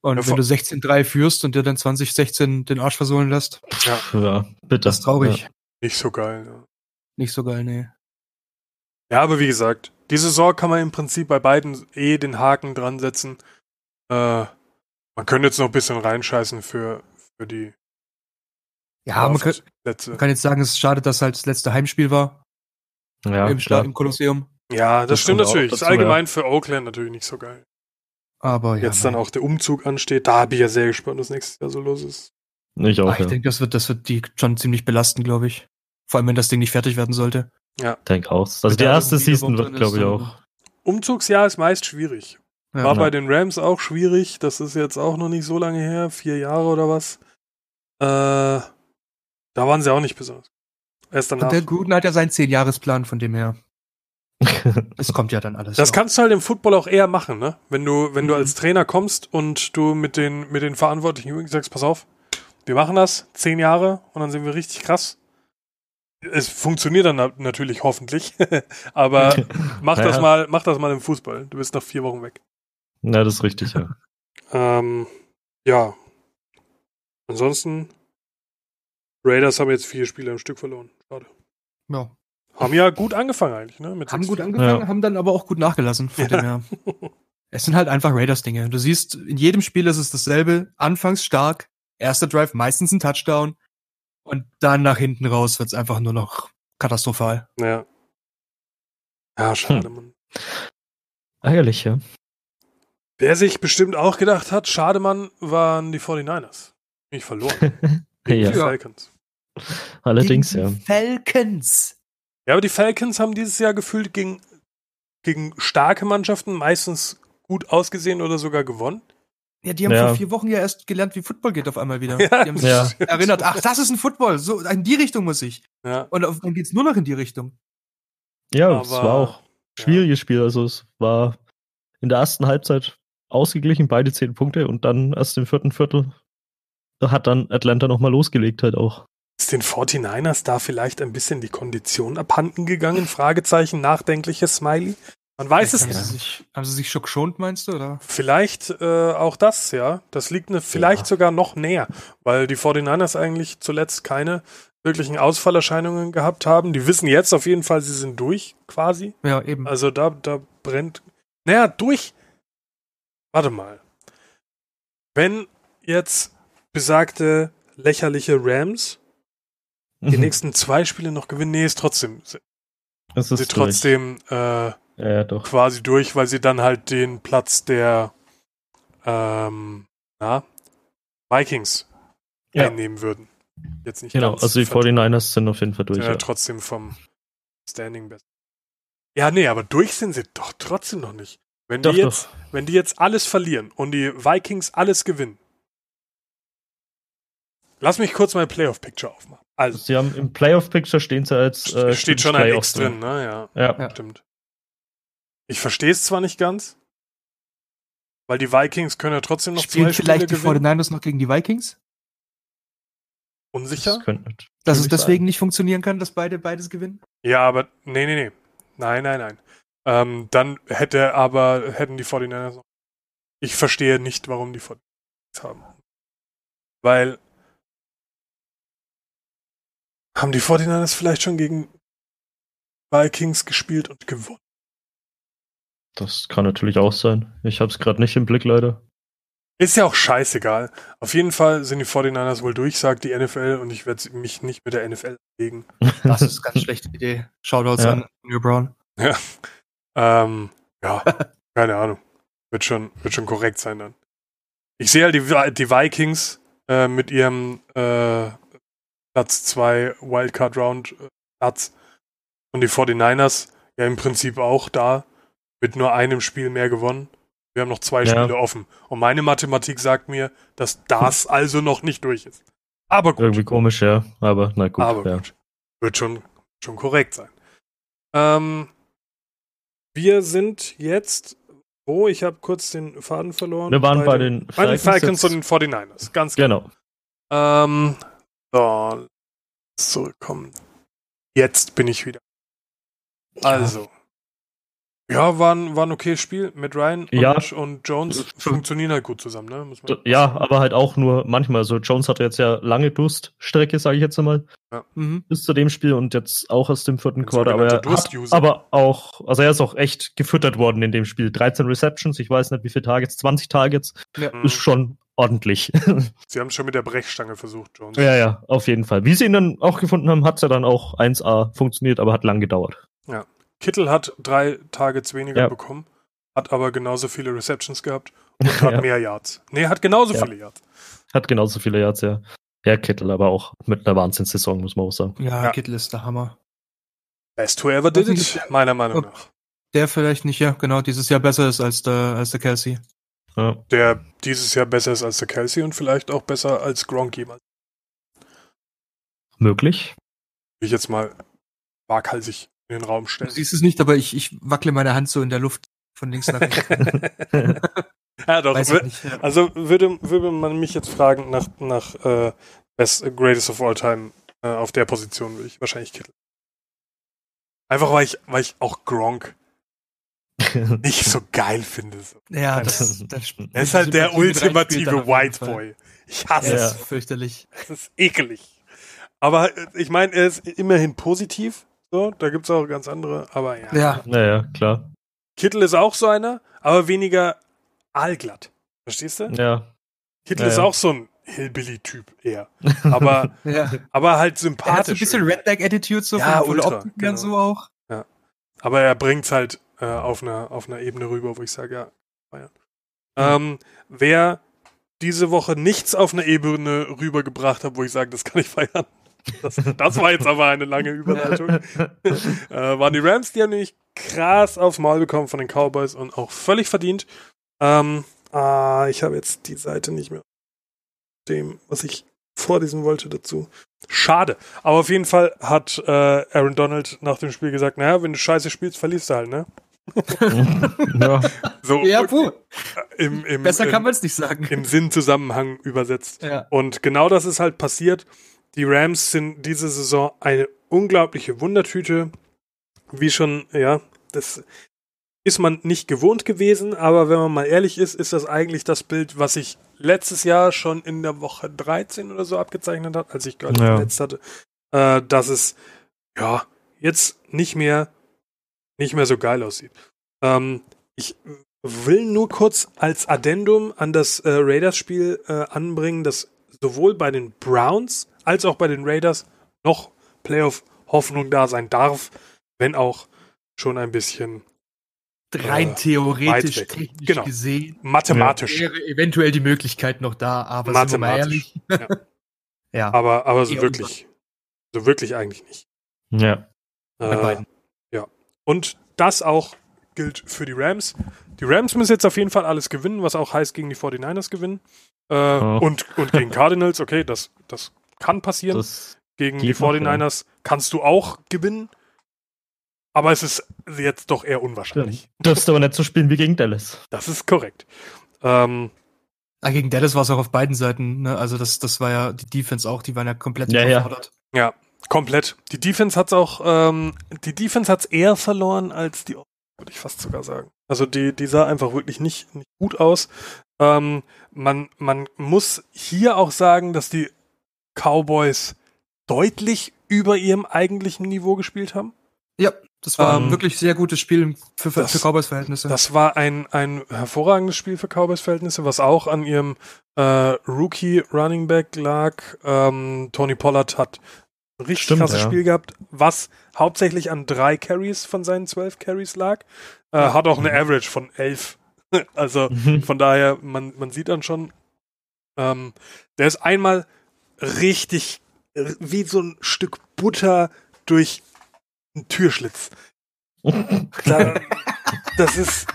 Und Ja, vor- wenn du 16-3 führst und dir dann 2016 den Arsch versohlen lässt, Ja, bitte. das ist traurig. Ja. Nicht so geil. Ja. Nicht so geil, nee. Ja, aber wie gesagt, die Saison kann man im Prinzip bei beiden eh den Haken dran setzen. Äh, man könnte jetzt noch ein bisschen reinscheißen für, für die Ja, man kann, Plätze. man kann jetzt sagen, es ist schade, dass halt das letzte Heimspiel war Ja, im, Sta klar. im Kolosseum. Ja, das, Das stimmt kommt auch natürlich. ist dazu, allgemein für Oakland natürlich nicht so geil. Aber ja. Jetzt dann auch der Umzug ansteht. Da bin ich ja sehr gespannt, was nächstes Jahr so los ist. Ich auch, Ach, Ah, ich ja. denke, das wird, das wird die schon ziemlich belasten, glaube ich. Vor allem, wenn das Ding nicht fertig werden sollte. Denk auch. Also die Wenn da erste irgendwie Season Woche wird, drin glaube ich, ist, auch. Umzugsjahr ist meist schwierig. dann- War Ja. bei den Rams auch schwierig. Das ist jetzt auch noch nicht so lange her. Vier Jahre oder was. Äh, da waren sie auch nicht besonders. gut. Erst danach. Und der Gruden hat ja seinen Zehn-Jahresplan, von dem her. Es kommt ja dann alles. Das noch. kannst du halt im Football auch eher machen, ne? Wenn du, wenn du Mhm. als Trainer kommst und du mit den, mit den Verantwortlichen sagst, pass auf, wir machen das zehn Jahre und dann sind wir richtig krass. Es funktioniert dann na natürlich hoffentlich, aber mach das Ja. mal, mach das mal im Fußball. Du bist nach vier Wochen weg. Ja, das ist richtig, ja. Ähm, ja. Ansonsten Raiders haben jetzt vier Spiele am Stück verloren. Schade. ja. Haben ja gut angefangen eigentlich, ne? Mit Haben sechs- gut angefangen, Ja. haben dann aber auch gut nachgelassen, von dem her. Es sind halt einfach Raiders-Dinge. Du siehst, in jedem Spiel ist es dasselbe. Anfangs stark, erster Drive, meistens ein Touchdown. Und dann nach hinten raus wird's einfach nur noch katastrophal. Ja. Ja, schade, Mann. Ärgerlich, ja. Wer sich bestimmt auch gedacht hat, schade Mann, waren die 49ers. Nicht verloren. Gegen die ja. Ja. Falcons. Allerdings, Gegen ja. die Falcons. Ja, aber die Falcons haben dieses Jahr gefühlt gegen, gegen starke Mannschaften meistens gut ausgesehen oder sogar gewonnen. Ja, die haben Ja. vor vier Wochen ja erst gelernt, wie Football geht auf einmal wieder. Ja. Die haben sich Ja. erinnert, ach, das ist ein Football. So, in die Richtung muss ich. Ja, Und auf, dann geht's nur noch in die Richtung. Ja, es Aber- war auch ein schwieriges Spiel. Also es war in der ersten Halbzeit ausgeglichen, beide zehn Punkte und dann erst im vierten Viertel hat dann Atlanta nochmal losgelegt halt auch. ist den 49ers da vielleicht ein bisschen die Kondition abhanden gegangen? Fragezeichen, nachdenkliches Smiley. Man weiß es haben, nicht. sie sich, haben sie sich schon geschont, meinst du? Oder? Vielleicht äh, auch das, ja. Das liegt ne, vielleicht Ja. sogar noch näher, weil die 49ers eigentlich zuletzt keine wirklichen Ausfallerscheinungen gehabt haben. Die wissen jetzt auf jeden Fall, sie sind durch, quasi. Ja, eben. Also da, da brennt. Naja, durch. Warte mal. Wenn jetzt besagte lächerliche Rams die Mhm. nächsten zwei Spiele noch gewinnen, nee, ist trotzdem, sind Es sie ist durch. trotzdem äh, Ja, doch. quasi durch, weil sie dann halt den Platz der ähm, na, Vikings Ja. einnehmen würden. Jetzt nicht Genau, ganz also die vert- 49ers sind auf jeden Fall durch. sind ja Ja. trotzdem vom Standing besser. Ja, nee, aber durch sind sie doch trotzdem noch nicht. Wenn Doch, die jetzt, wenn die jetzt alles verlieren und die Vikings alles gewinnen. Lass mich kurz mein Playoff Picture aufmachen. Also, Sie haben im Playoff-Picture stehen sie als äh, steht gutes schon ein Playoff X drin, ne? Ja. Ja. Ja. Stimmt. Ich verstehe es zwar nicht ganz, weil die Vikings können ja trotzdem noch Spielen zwei Spiele vielleicht die gewinnen. 49ers noch gegen die Vikings? Unsicher? Das könnte, Würde Dass es ich deswegen nicht funktionieren kann, dass beide beides gewinnen? Ja, aber nee, nee, nee. Nein, nein, nein. Ähm, dann hätte aber, hätten die 49ers noch. Ich verstehe nicht, warum die 49ers haben. Weil haben die 49ers vielleicht schon gegen Vikings gespielt und gewonnen? das kann natürlich auch sein. Ich habe es gerade nicht im Blick, leider. Ist ja auch scheißegal. Auf jeden Fall sind die 49ers wohl durch, sagt die NFL, und ich werde mich nicht mit der NFL legen. Das ist ganz schlechte Idee. Shoutouts Ja. an New Brown. Ähm, ja, keine Ahnung. Wird schon, wird schon korrekt sein dann. Ich sehe halt die, Vi- die Vikings äh, mit ihrem äh, Platz 2 Wildcard Round äh, Platz und die 49ers ja im Prinzip auch da mit nur einem Spiel mehr gewonnen. Wir haben noch zwei Ja. Spiele offen. Und meine Mathematik sagt mir, dass das also noch nicht durch ist. Aber gut. Irgendwie komisch, ja. Aber na gut. aber ja. gut. Wird schon, schon korrekt sein. Ähm, wir sind jetzt Oh, ich habe kurz den Faden verloren. Wir waren bei den bei den Falcons und jetzt. den 49ers. Ganz genau. Genau. Ähm, so, lass zurückkommen. Jetzt bin ich wieder. Also. Ja, war ein, war ein okayes Spiel mit Ryan und, Ja. Nash und Jones. Funktionieren halt gut zusammen, ne? Muss man- Ja, aber halt auch nur manchmal. So Jones hatte jetzt ja lange Durststrecke, sage ich jetzt einmal, Mhm. bis zu dem Spiel und jetzt auch aus dem vierten Ein Quarter. Aber, er sogenannter hat, Durst-User. aber auch, also er ist auch echt gefüttert worden in dem Spiel. 13 Receptions, ich weiß nicht wie viele Targets, 20 Targets, Mhm. ist schon ordentlich. Sie haben es schon mit der Brechstange versucht, Jones. ja, ja, auf jeden Fall. Wie sie ihn dann auch gefunden haben, hat's ja dann auch 1A funktioniert, aber hat lang gedauert. Kittel hat drei Targets weniger Ja. bekommen, hat aber genauso viele Receptions gehabt und hat ja, mehr Yards. Nee, hat genauso Ja. viele Yards. hat genauso viele Yards, ja. Ja, Kittel, aber auch mit einer Wahnsinnssaison, muss man auch sagen. Ja, Ja. Kittel ist der Hammer. Best whoever did Hoffentlich- it, meiner Meinung nach. Der vielleicht nicht, ja, genau, dieses Jahr besser ist als der, als der Kelsey. Ja. Der dieses Jahr besser ist als der Kelsey und vielleicht auch besser als Gronk jemals. Möglich. Will ich jetzt mal waghalsig in den Raum Du stellen. siehst es nicht, aber ich, ich wackle meine Hand so in der Luft von links nach rechts. ja, doch. Weiß ich wür- nicht. Ja. Also würde, würde man mich jetzt fragen nach, nach äh, Best Greatest of All Time äh, auf der Position, würde ich wahrscheinlich Kittel. Einfach weil ich, weil ich auch Gronk nicht so geil finde. So. Ja, das, das, Er ist halt der Sympathie mit ultimative reinspielt dann auf jeden White Fall. Boy. Ich Ja, hasse Ja. Das ist fürchterlich. es. Es ist ekelig. Aber äh, ich meine, er ist immerhin positiv. So, da gibt's auch ganz andere, aber ja. Ja, naja, klar. Kittel ist auch so einer, aber weniger aalglatt. Verstehst du? Ja. Kittel Ja, ist ja. auch so ein Hillbilly-Typ eher. Aber, ja. aber halt Er hat so ein sympathisch. bisschen irgendwie. Redneck-Attitude, so Ja, von der ultra, Optik her und genau. so auch. Aber er bringt's halt äh, auf, einer, auf einer Ebene rüber, wo ich sage, ja, feiern. Ähm, wer diese Woche nichts auf einer Ebene rübergebracht hat, wo ich sage, das kann ich feiern. Das, das war jetzt aber eine lange Überleitung. äh, waren die Rams, die haben nämlich krass aufs Maul bekommen von den Cowboys und auch völlig verdient. Ähm, ah, ich habe jetzt die Seite nicht mehr dem, was ich vorlesen wollte dazu. Schade. Aber auf jeden Fall hat äh, Aaron Donald nach dem Spiel gesagt, naja, wenn du scheiße spielst, verlierst du halt, ne? ja. So Ja, puh, im, im, besser im, kann man es nicht sagen. im Sinnzusammenhang übersetzt. Ja. Und genau das ist halt passiert. Die Rams sind diese Saison eine unglaubliche Wundertüte. Wie schon, ja, das ist man nicht gewohnt gewesen, aber wenn man mal ehrlich ist, ist das eigentlich das Bild, was ich letztes Jahr schon in der Woche 13 oder so abgezeichnet hat, als ich Girl Ja. verletzt hatte, äh, dass es ja jetzt nicht mehr nicht mehr so geil aussieht. Ähm, ich will nur kurz als Addendum an das äh, Raiders-Spiel äh, anbringen, dass sowohl bei den Browns als auch bei den Raiders noch Playoff-Hoffnung da sein darf, wenn auch schon ein bisschen Rein Äh, weit theoretisch, weg. technisch Genau. gesehen, mathematisch. wäre eventuell die Möglichkeit noch da, aber sind wir mal Mathematisch. ehrlich. Ja, Aber, aber so Eher wirklich, so wirklich eigentlich nicht. Äh, ja. bei beiden. Und das auch gilt für die Rams. Die Rams müssen jetzt auf jeden Fall alles gewinnen, was auch heißt gegen die 49ers gewinnen. Äh, Oh. und, und gegen Cardinals, okay, das, das kann passieren. Das, gegen die geht noch, 49ers kannst du auch gewinnen. Aber es ist jetzt doch eher unwahrscheinlich. darfst aber nicht so spielen wie gegen Dallas. Das ist korrekt. Ähm, Ah, gegen Dallas war es auch auf beiden Seiten. Ne? Also das, das war ja die Defense auch, die waren ja komplett Ja, ja. überfordert. komplett. Die Defense hat's auch, ähm, die Defense hat's eher verloren als die, O- würde ich fast sogar sagen. Also die, die sah einfach wirklich nicht, nicht gut aus. Ähm, man, man muss hier auch sagen, dass die Cowboys deutlich über ihrem eigentlichen Niveau gespielt haben. Das war Ähm, ein wirklich sehr gutes Spiel für, für, das- für Cowboys-Verhältnisse. Das war ein, ein hervorragendes Spiel für Cowboys-Verhältnisse, was auch an ihrem äh, Rookie-Running-Back lag. Ähm, Tony Pollard hat ein richtig Stimmt, krasses ja. Spiel gehabt, was hauptsächlich an drei Carries von seinen zwölf Carries lag. Äh, Hat auch eine Mhm. Average von elf. also Mhm. von daher, man, man sieht dann schon, ähm, der ist einmal richtig r- wie so ein Stück Butter durch einen Türschlitz. Da, das ist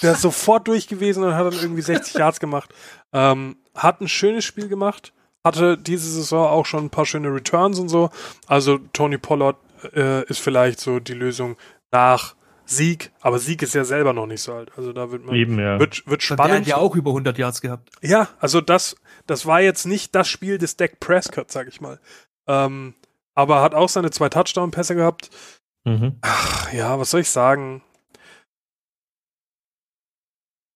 der ist sofort durch gewesen und hat dann irgendwie 60 Yards gemacht. Ähm, hat ein schönes Spiel gemacht, hatte diese Saison auch schon ein paar schöne Returns und so. Also Tony Pollard äh, ist vielleicht so die Lösung nach Sieg, aber Sieg ist ja selber noch nicht so alt. Also da wird man Eben, ja. wird, wird Der hat spannend. ja auch über 100 Yards gehabt. Ja, also das, das war jetzt nicht das Spiel des Dak Prescott, sag ich mal. Ähm, aber hat auch seine zwei Touchdown-Pässe gehabt. Mhm. Ach, ja, was soll ich sagen?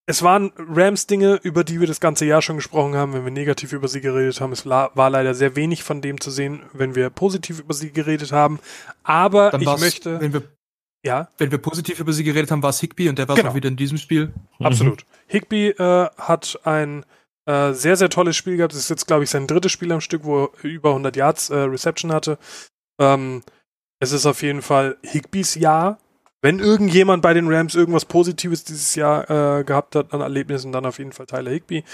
Es waren Rams-Dinge, über die wir das ganze Jahr schon gesprochen haben, wenn wir negativ über sie geredet haben. Es la- war leider sehr wenig von dem zu sehen, wenn wir positiv über sie geredet haben. Aber Dann ich war's, möchte. wenn wir, ja, wenn wir positiv über sie geredet haben, war es Higby und der war Genau. auch wieder in diesem Spiel. Mhm. Absolut. Higby äh, hat ein äh, sehr, sehr tolles Spiel gehabt. Das ist jetzt, glaube ich, sein drittes Spiel am Stück, wo er über 100 Yards äh, Reception hatte. Ähm, es ist auf jeden Fall Higbys Jahr. Wenn irgendjemand bei den Rams irgendwas Positives dieses Jahr äh, gehabt hat an Erlebnissen, dann auf jeden Fall Tyler Higby.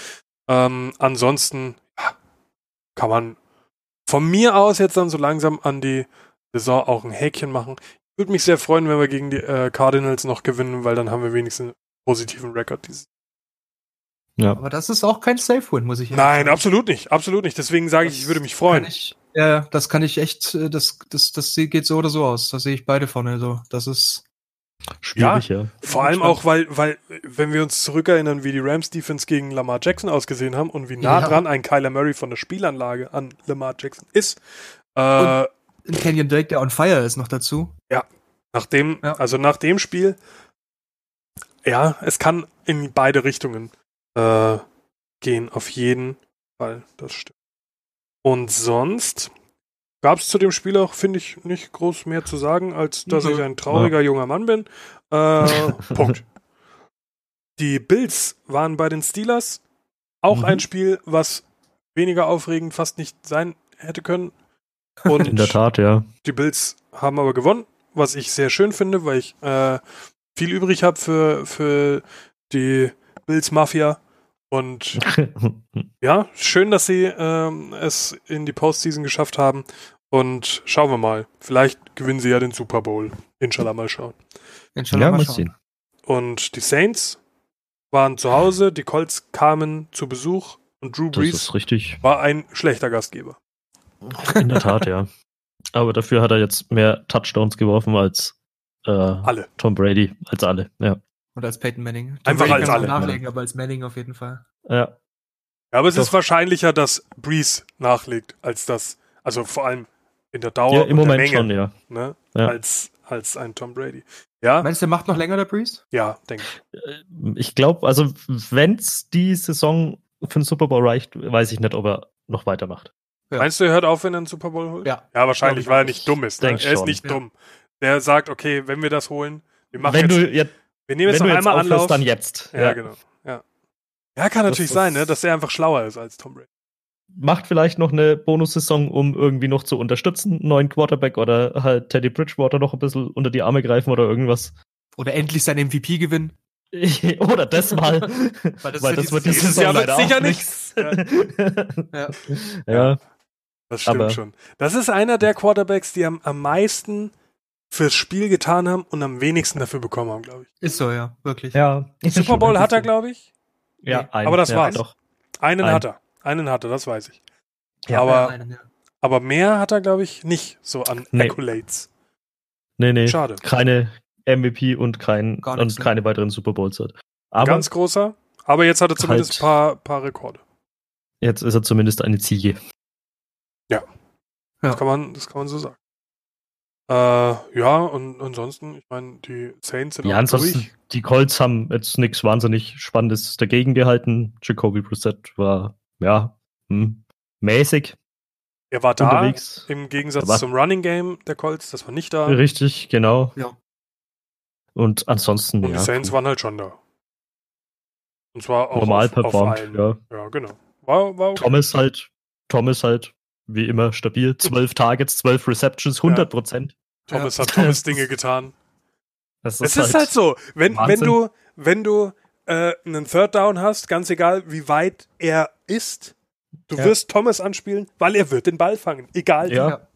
Ähm, ansonsten ja, kann man von mir aus jetzt dann so langsam an die Saison auch ein Häkchen machen. Ich würde mich sehr freuen, wenn wir gegen die äh, Cardinals noch gewinnen, weil dann haben wir wenigstens positiven Rekord dieses. Ja. Aber das ist auch kein Safe Win, muss ich ehrlich Nein, sagen. absolut nicht, absolut nicht. Deswegen sage ich, ich würde mich freuen. Kann ich, ja, das kann ich echt, äh, das, das, das geht so oder so aus. Da sehe ich beide von. Also, das ist, Schwierig, ja. Vor allem Spannend. auch, weil, weil, wenn wir uns zurückerinnern, wie die Rams Defense gegen Lamar Jackson ausgesehen haben und wie nah Ja. dran ein Kyler Murray von der Spielanlage an Lamar Jackson ist. Äh, ein Canyon Drake, der on fire ist noch dazu. nach dem, Ja. also nach dem Spiel, ja, es kann in beide Richtungen äh, gehen, auf jeden Fall, das stimmt. Und sonst gab es zu dem Spiel auch, finde ich, nicht groß mehr zu sagen, als dass Nö. ich ein trauriger junger Mann bin. Äh, Punkt. Die Bills waren bei den Steelers auch Mhm. ein Spiel, was weniger aufregend fast nicht sein hätte können. Und In der Tat, ja. die Bills haben aber gewonnen, was ich sehr schön finde, weil ich äh, viel übrig habe für, für die Bills Mafia. Und ja, schön, dass sie ähm, es in die Postseason geschafft haben. Und schauen wir mal. Vielleicht gewinnen sie ja den Super Bowl. Inshallah mal schauen. Inshallah, ja, mal mal schauen. sehen. Und die Saints waren zu Hause, die Colts kamen zu Besuch und Drew Das Brees ist richtig. war ein schlechter Gastgeber. In der Tat, ja. Aber dafür hat er jetzt mehr Touchdowns geworfen als äh, Alle. Tom Brady, als alle. Ja. Und als Peyton Manning. Einfach Brady als kann alle. man Nachlegen, aber als Manning auf jeden Fall. ja. Ja, aber es Doch. ist wahrscheinlicher, dass Breeze nachlegt, als dass, also vor allem in der Dauer ja und Im Moment der Menge, schon, ja. ne? Ja. als, als ein Tom Brady. Ja, Meinst du, der macht noch länger, der Breeze? ja, denke ich. Ich glaube, also wenn's die Saison für den Super Bowl reicht, weiß ich nicht, ob er noch weitermacht. Ja. Meinst du, er hört auf, wenn er einen Super Bowl holt? Ja. Ja, wahrscheinlich, Glaub ich weil er auch. nicht dumm ist. Ich Ne? Er denk ist schon. nicht Ja. dumm. Der sagt, okay, wenn wir das holen, wir machen wenn jetzt, du jetzt, wir nehmen wenn jetzt du noch jetzt einmal aufhörst, Anlauf. dann jetzt. Ja, genau. Ja, ja kann Das natürlich ist- sein, ne? dass er einfach schlauer ist als Tom Brady. Macht vielleicht noch eine Bonussaison, um irgendwie noch zu unterstützen, einen neuen Quarterback oder halt Teddy Bridgewater noch ein bisschen unter die Arme greifen oder irgendwas. Oder endlich sein MVP gewinnen? oder das mal. Weil das Weil das wird dieses- wird die dieses Saison Jahr wird's leider sicher auch nichts. nichts. Ja. ja. Das stimmt Aber- schon. Das ist einer der Quarterbacks, die am, am meisten fürs Spiel getan haben und am wenigsten dafür bekommen haben, glaube ich. Ist so, ja, wirklich. Ja. ne? Super Bowl hat er, glaube ich. Ja, ein, Aber das ja, war's. Doch. Einen Ein. hat er. Einen hat er, das weiß ich. Ja. Ja, aber, einen, ja. aber mehr hat er, glaube ich, nicht so an Nee. Accolades. Nee, nee. Schade. Keine MVP und, kein, Gar nichts, und ne? keine weiteren Super Bowls hat. Aber Ganz großer. Aber jetzt hat er zumindest ein Halt. paar, paar Rekorde. jetzt ist er zumindest eine Ziege. Das, kann man, das kann man so sagen. Äh, ja, und ansonsten, ich meine, die Saints sind Ja, auch ansonsten, durch. die Colts haben jetzt nichts wahnsinnig Spannendes dagegen gehalten. Jacoby Brissett war, ja, hm, mäßig Er war da, unterwegs. im Gegensatz Aber- zum Running Game der Colts, das war nicht da. Richtig, genau. Ja. Und ansonsten, Und ja, die Saints waren halt schon da. Und zwar auch normal auf, auf performt. allen. ja. ja, genau. War, war okay. Thomas halt, Thomas halt, wie immer, stabil. 12 Targets, 12 Receptions, 100 Prozent. Thomas Ja. hat Thomas Dinge getan. Das Es ist halt so, wenn, wenn Wahnsinn. du, wenn du äh, einen Third Down hast, ganz egal wie weit er ist, du Ja. wirst Thomas anspielen, weil er wird den Ball fangen. Egal. Ja. Ja.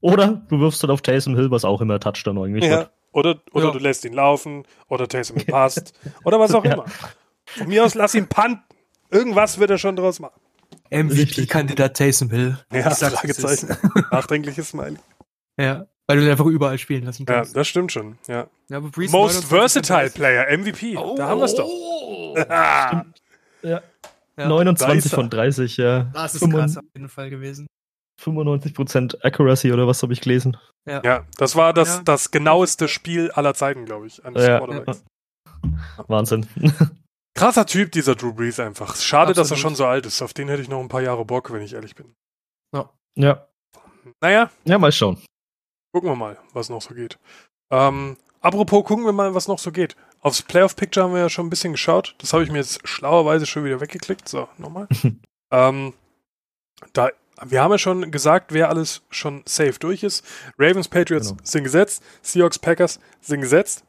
Oder du wirfst halt auf Taysom Hill, was auch immer Touchdown eigentlich Ja. wird. Oder, oder Ja. du lässt ihn laufen, oder Taysom Hill passt, oder was auch Ja. immer. Von mir aus lass ihn panten. Irgendwas wird er schon draus machen. MVP-Kandidat Taysom Hill. Ja, Ich sag's, es ist- Fragezeichen. Nachdenkliches Smiley. Ja. Weil du ihn einfach überall spielen lassen Ja, kannst. das stimmt schon. Ja. Ja, aber Brees Most 29 Versatile ist- Player, MVP. da haben wir es doch. Oh. Ah, Ja. 29 Da von 30, ja. Das ist Fünfund- krass auf jeden Fall gewesen. 95% Accuracy oder was habe ich gelesen? ja, das war das, Ja. das genaueste Spiel aller Zeiten, glaube ich. Eines Ja. Quarterbacks. Wahnsinn. Krasser Typ, dieser Drew Brees einfach. Schade, dass er Absolut. schon so alt ist. Auf den hätte ich noch ein paar Jahre Bock, wenn ich ehrlich bin. ja. Naja, ja, mal schauen. gucken wir mal, was noch so geht. Ähm, apropos, gucken wir mal, was noch so geht. Aufs Playoff-Picture haben wir ja schon ein bisschen geschaut. Das habe ich mir jetzt schlauerweise schon wieder weggeklickt. So, nochmal. ähm, da, wir haben ja schon gesagt, wer alles schon safe durch ist. Ravens, Patriots Genau. sind gesetzt. Seahawks, Packers sind gesetzt.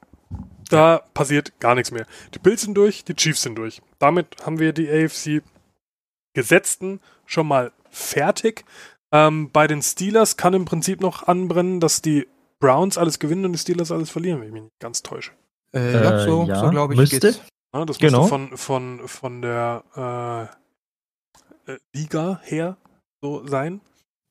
Da passiert gar nichts mehr. Die Bills sind durch, die Chiefs sind durch. Damit haben wir die AFC Gesetzten schon mal fertig. Ähm, bei den Steelers kann im Prinzip noch anbrennen, dass die Browns alles gewinnen und die Steelers alles verlieren, wenn ich mich nicht ganz täusche. Äh, ja, Äh, so, ja, so glaube ich. müsste. Geht's. Ja, das Genau. müsste von, von, von der äh, äh, Liga her so sein.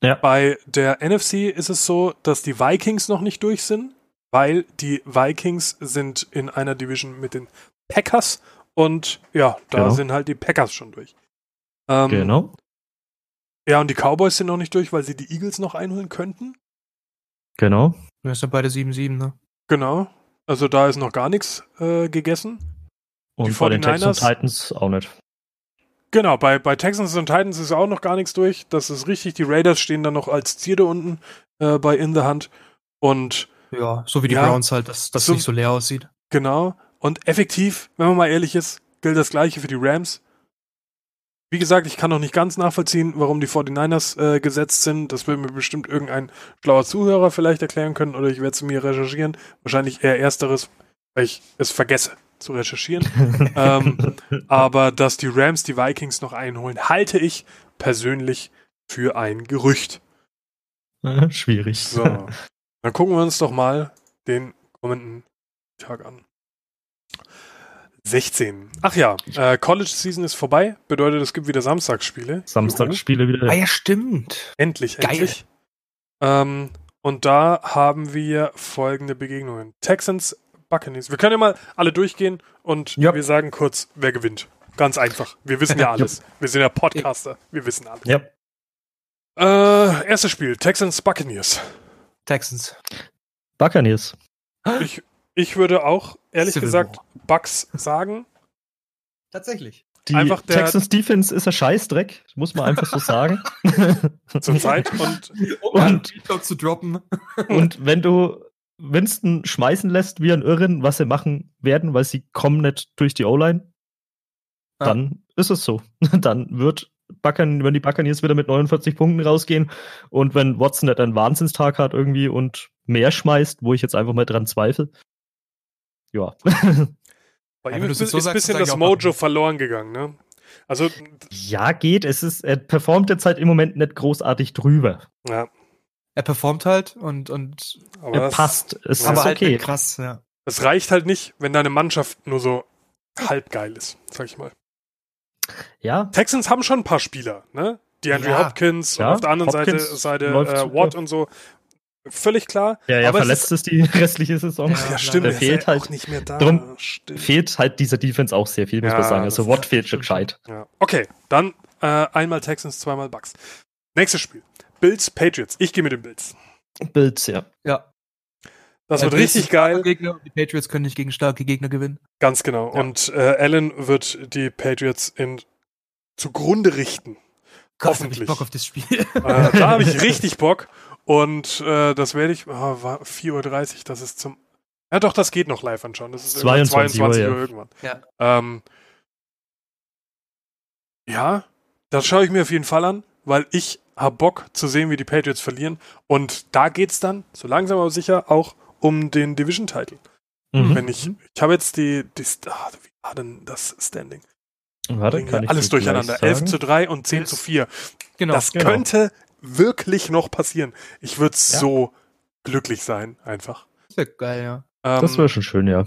Ja. Bei der NFC ist es so, dass die Vikings noch nicht durch sind, weil die Vikings sind in einer Division mit den Packers und ja, da Genau. sind halt die Packers schon durch. Ähm, Genau. Ja, und die Cowboys sind noch nicht durch, weil sie die Eagles noch einholen könnten. Genau. Wir sind beide 7-7, ne? Genau. Also da ist noch gar nichts äh, gegessen. Und Die vor den 49ers? Texans und Titans auch nicht. Genau, bei, bei Texans und Titans ist auch noch gar nichts durch. Das ist richtig. Die Raiders stehen dann noch als Zier da unten äh, bei In the Hand. Und Ja, so wie die Ja. Browns halt, dass das So- nicht so leer aussieht. genau. Und effektiv, wenn man mal ehrlich ist, gilt das gleiche für die Rams. Wie gesagt, ich kann noch nicht ganz nachvollziehen, warum die 49ers äh, gesetzt sind. Das wird mir bestimmt irgendein schlauer Zuhörer vielleicht erklären können oder ich werde es mir recherchieren. Wahrscheinlich eher ersteres, weil ich es vergesse zu recherchieren. ähm, Aber dass die Rams die Vikings noch einholen, halte ich persönlich für ein Gerücht. Schwierig. So. Dann gucken wir uns doch mal den kommenden Tag an. 16. Ach ja, äh, College Season ist vorbei, bedeutet, es gibt wieder Samstagsspiele. Juhu. Samstagsspiele wieder. Ah ja, stimmt. Endlich, Geil. endlich. Ähm, und da haben wir folgende Begegnungen. Texans, Buccaneers. Wir können ja mal alle durchgehen und Ja. wir sagen kurz, wer gewinnt. Ganz einfach. Wir wissen ja alles. Wir sind ja Podcaster. Wir wissen alles. Ja. Äh, erstes Spiel, Texans, Buccaneers. Texans. Buccaneers. Ich, ich würde auch, ehrlich Civil gesagt, Bucks sagen. Tatsächlich. Die Einfach der- Texans Defense ist ein Scheißdreck, das muss man einfach so sagen. Zurzeit und Um einen Und- Deep Talk zu droppen. Und wenn du Winston schmeißen lässt wie ein Irren, was sie machen werden, weil sie kommen nicht durch die O-Line, Ja. dann ist es so. Dann wird Buccan, wenn die Buccaneers wieder mit 49 Punkten rausgehen und wenn Watson nicht einen Wahnsinnstag hat irgendwie und mehr schmeißt, wo ich jetzt einfach mal dran zweifle. Ja. bei Ja, ihm wenn ist du's jetzt so ein sagst, bisschen sag ich das auch Mojo Buccaneers. verloren gegangen. Ne? Also, ja, geht. Es ist, er performt jetzt halt im Moment nicht großartig drüber. ja, Er performt halt und, und aber Er das- passt. Es Ja. ist aber halt okay. krass, ja. Es reicht halt nicht, wenn deine Mannschaft nur so halb geil ist, sag ich mal. ja, Texans haben schon ein paar Spieler, ne? Die Andrew Ja. Hopkins Ja, und auf der anderen Hopkins Seite, läuft Seite äh, super. Watt und so. Völlig klar. ja, ja Aber es verletzt ist die restliche Saison. Ja, Ja, stimmt, Der er ist fehlt ja halt auch nicht mehr da. Drum Stimmt. fehlt halt dieser Defense auch sehr viel, muss Ja, man sagen. das Also Watt fehlt schon stimmt. gescheit. Ja. Okay, dann äh, einmal Texans, zweimal Bucks. Nächstes Spiel. Bills, Patriots. Ich gehe mit den Bills. Bills, ja. Ja. Das Äh, wird Bills richtig sind starke geil. Gegner und die Patriots können nicht gegen starke Gegner gewinnen. Ganz genau. Ja. Und äh, Allen wird die Patriots in zugrunde richten. hab ich Hoffentlich. Bock auf das Spiel. Äh, da habe ich richtig Bock. Und äh, das werde ich. ah, war 4.30 Uhr, das ist zum. Ja, doch, das geht noch live anschauen. Das ist irgendwann 22 Uhr, ja. irgendwann. Ja. Ähm, ja, das schaue ich mir auf jeden Fall an, weil ich habe Bock zu sehen, wie die Patriots verlieren. Und da geht es dann, so langsam aber sicher, auch um den Division-Title. Mhm. Wenn ich. Ich habe jetzt die. die ah, wie war denn das Standing? Warte, Bringe kann ich alles dir gleich durcheinander. 11 sagen. zu 3 und 10 Yes. zu 4. genau. Das genau. könnte wirklich noch passieren. Ich würde Ja. so glücklich sein, einfach. wäre geil, ja. Ähm, Das wäre schon schön, ja.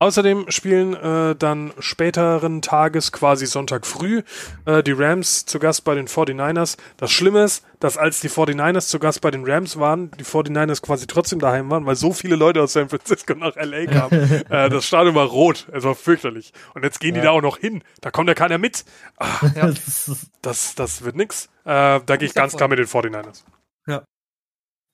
Außerdem spielen äh, dann späteren Tages, quasi Sonntag früh, äh, die Rams zu Gast bei den 49ers. Das Schlimme ist, dass als die 49ers zu Gast bei den Rams waren, die 49ers quasi trotzdem daheim waren, weil so viele Leute aus San Francisco nach LA kamen. äh, das Stadion war rot. Es war fürchterlich. Und jetzt gehen die da auch noch hin. Da kommt ja keiner mit. Ah, das, das wird nix. Äh, da gehe ich sag ganz klar mit den 49ers.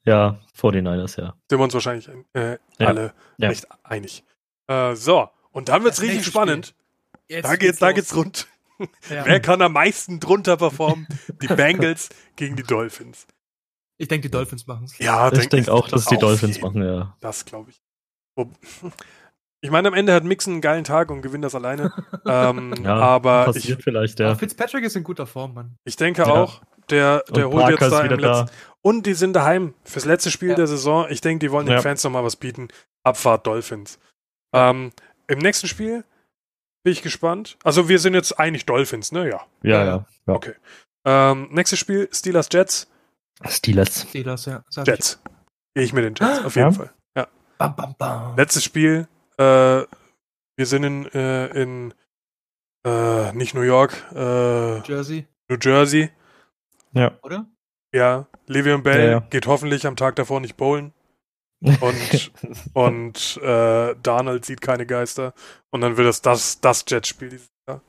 ja, 49ers, ja. Sind wir uns wahrscheinlich äh, Ja. alle Ja. recht einig. Äh, so, und dann wird's Das richtig nächste spannend. Jetzt Da geht's, da los. geht's rund. Ja. Wer kann am meisten drunter performen? Die Bengals gegen die Dolphins. Ich denke, die Dolphins machen es. Ja, Ich denke auch, dass es die auf Dolphins jeden machen, ja. Das glaube ich. Wo- Ich meine, am Ende hat Mixon einen geilen Tag und gewinnt das alleine. ähm, Ja, aber ich, Passiert vielleicht, ja. Fitzpatrick ist in guter Form, Mann. ich denke Ja. auch, der, der Und holt Parker jetzt ist da wieder im letzten. da. Und die sind daheim fürs letzte Spiel Ja. der Saison. Ich denke, die wollen den Ja. Fans nochmal was bieten. Abfahrt Dolphins. Ähm, Im nächsten Spiel bin ich gespannt. Also wir sind jetzt eigentlich Dolphins, ne? Ja. Ja, ja. ja. Okay. Ähm, nächstes Spiel Steelers Jets. Steelers. Ich sehe das, ja. Sag ich. Jets. Gehe ich mit den Jets, auf jeden Ja. Fall. Bam, bam, bam. Letztes Spiel. Äh, wir sind in, äh, in äh, nicht New York, äh, Jersey, New Jersey. oder? Ja, Le'Veon Bell Ja, ja. geht hoffentlich am Tag davor nicht bowlen. Und, und äh, Donald sieht keine Geister. Und dann wird es das, das Jets-Spiel dieses Jahr.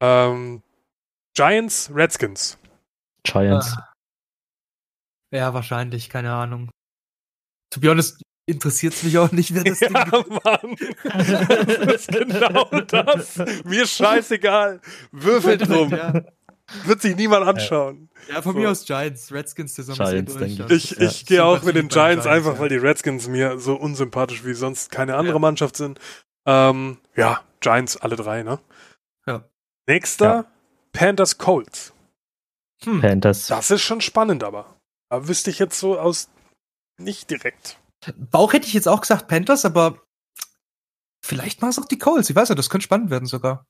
Ähm, Giants, Redskins. Giants. Ah. Ja, wahrscheinlich, keine Ahnung. To be honest, interessiert mich auch nicht, wer das Ja, Ding gewinnt. Mann. Das ist genau das. Mir scheißegal. Würfelt rum. Ja, Wird sich niemand anschauen. ja von So. mir aus Giants, Redskins, der Sommer Giants, denke Ja. Ich, Ja. ich gehe auch mit den Sympathie bei den Giants, einfach, Giants, weil die Redskins mir so unsympathisch wie sonst keine andere Mannschaft sind. Ähm, ja, Giants alle drei, ne? Ja. Nächster, Panthers Colts. Hm. Panthers. Das ist schon spannend, aber. Da wüsste ich jetzt so aus nicht direkt. Bauch hätte ich jetzt auch gesagt Panthers, aber vielleicht machen es auch die Coles. Ich weiß ja, das könnte spannend werden sogar.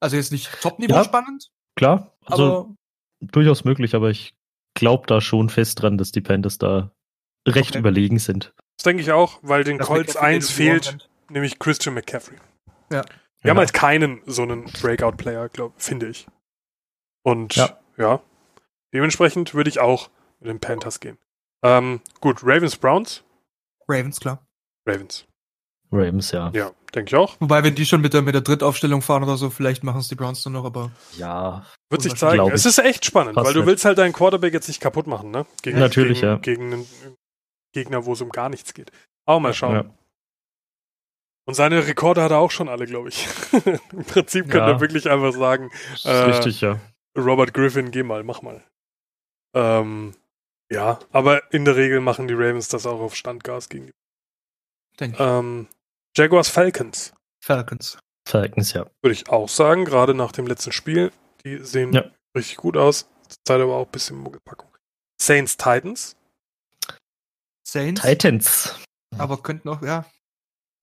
Also jetzt nicht Top-Niveau Ja. spannend, Klar, also aber durchaus möglich, aber ich glaube da schon fest dran, dass die Panthers da recht Okay. überlegen sind. Das denke ich auch, weil den dass Colts McCaffrey 1 den Humor fehlt, rennt. nämlich Christian McCaffrey. Ja. Wir haben Ja. halt keinen so einen Breakout-Player, glaub- finde ich. Und ja. Ja. dementsprechend würde ich auch mit den Panthers gehen. Ähm, gut, Ravens, Browns, Ravens, klar. Ravens. Rams, ja. Ja, denke ich auch. Wobei, wenn die schon mit der, mit der Drittaufstellung fahren oder so, vielleicht machen es die Browns nur noch, aber Ja, Wird sich Unwahrscheinlich. zeigen. Glaub ich. Es ist echt spannend, Passt weil du mit. willst halt deinen Quarterback jetzt nicht kaputt machen, ne? Gegen, Natürlich, gegen, ja. Gegen einen Gegner, wo es um gar nichts geht. Auch mal schauen. Ja. Und seine Rekorde hat er auch schon alle, glaube ich. Im Prinzip könnte Ja. er wirklich einfach sagen, ist Äh, richtig, ja. Robert Griffin, geh mal, mach mal. Ähm, ja, aber in der Regel machen die Ravens das auch auf Standgas gegen die. denke ich. Ähm, Jaguars Falcons, Falcons. Falcons, ja. würde ich auch sagen, gerade nach dem letzten Spiel. Die sehen Ja. richtig gut aus. Zurzeit aber auch ein bisschen Muggelpackung. Saints Titans. Saints. Titans. Aber könnten auch, ja.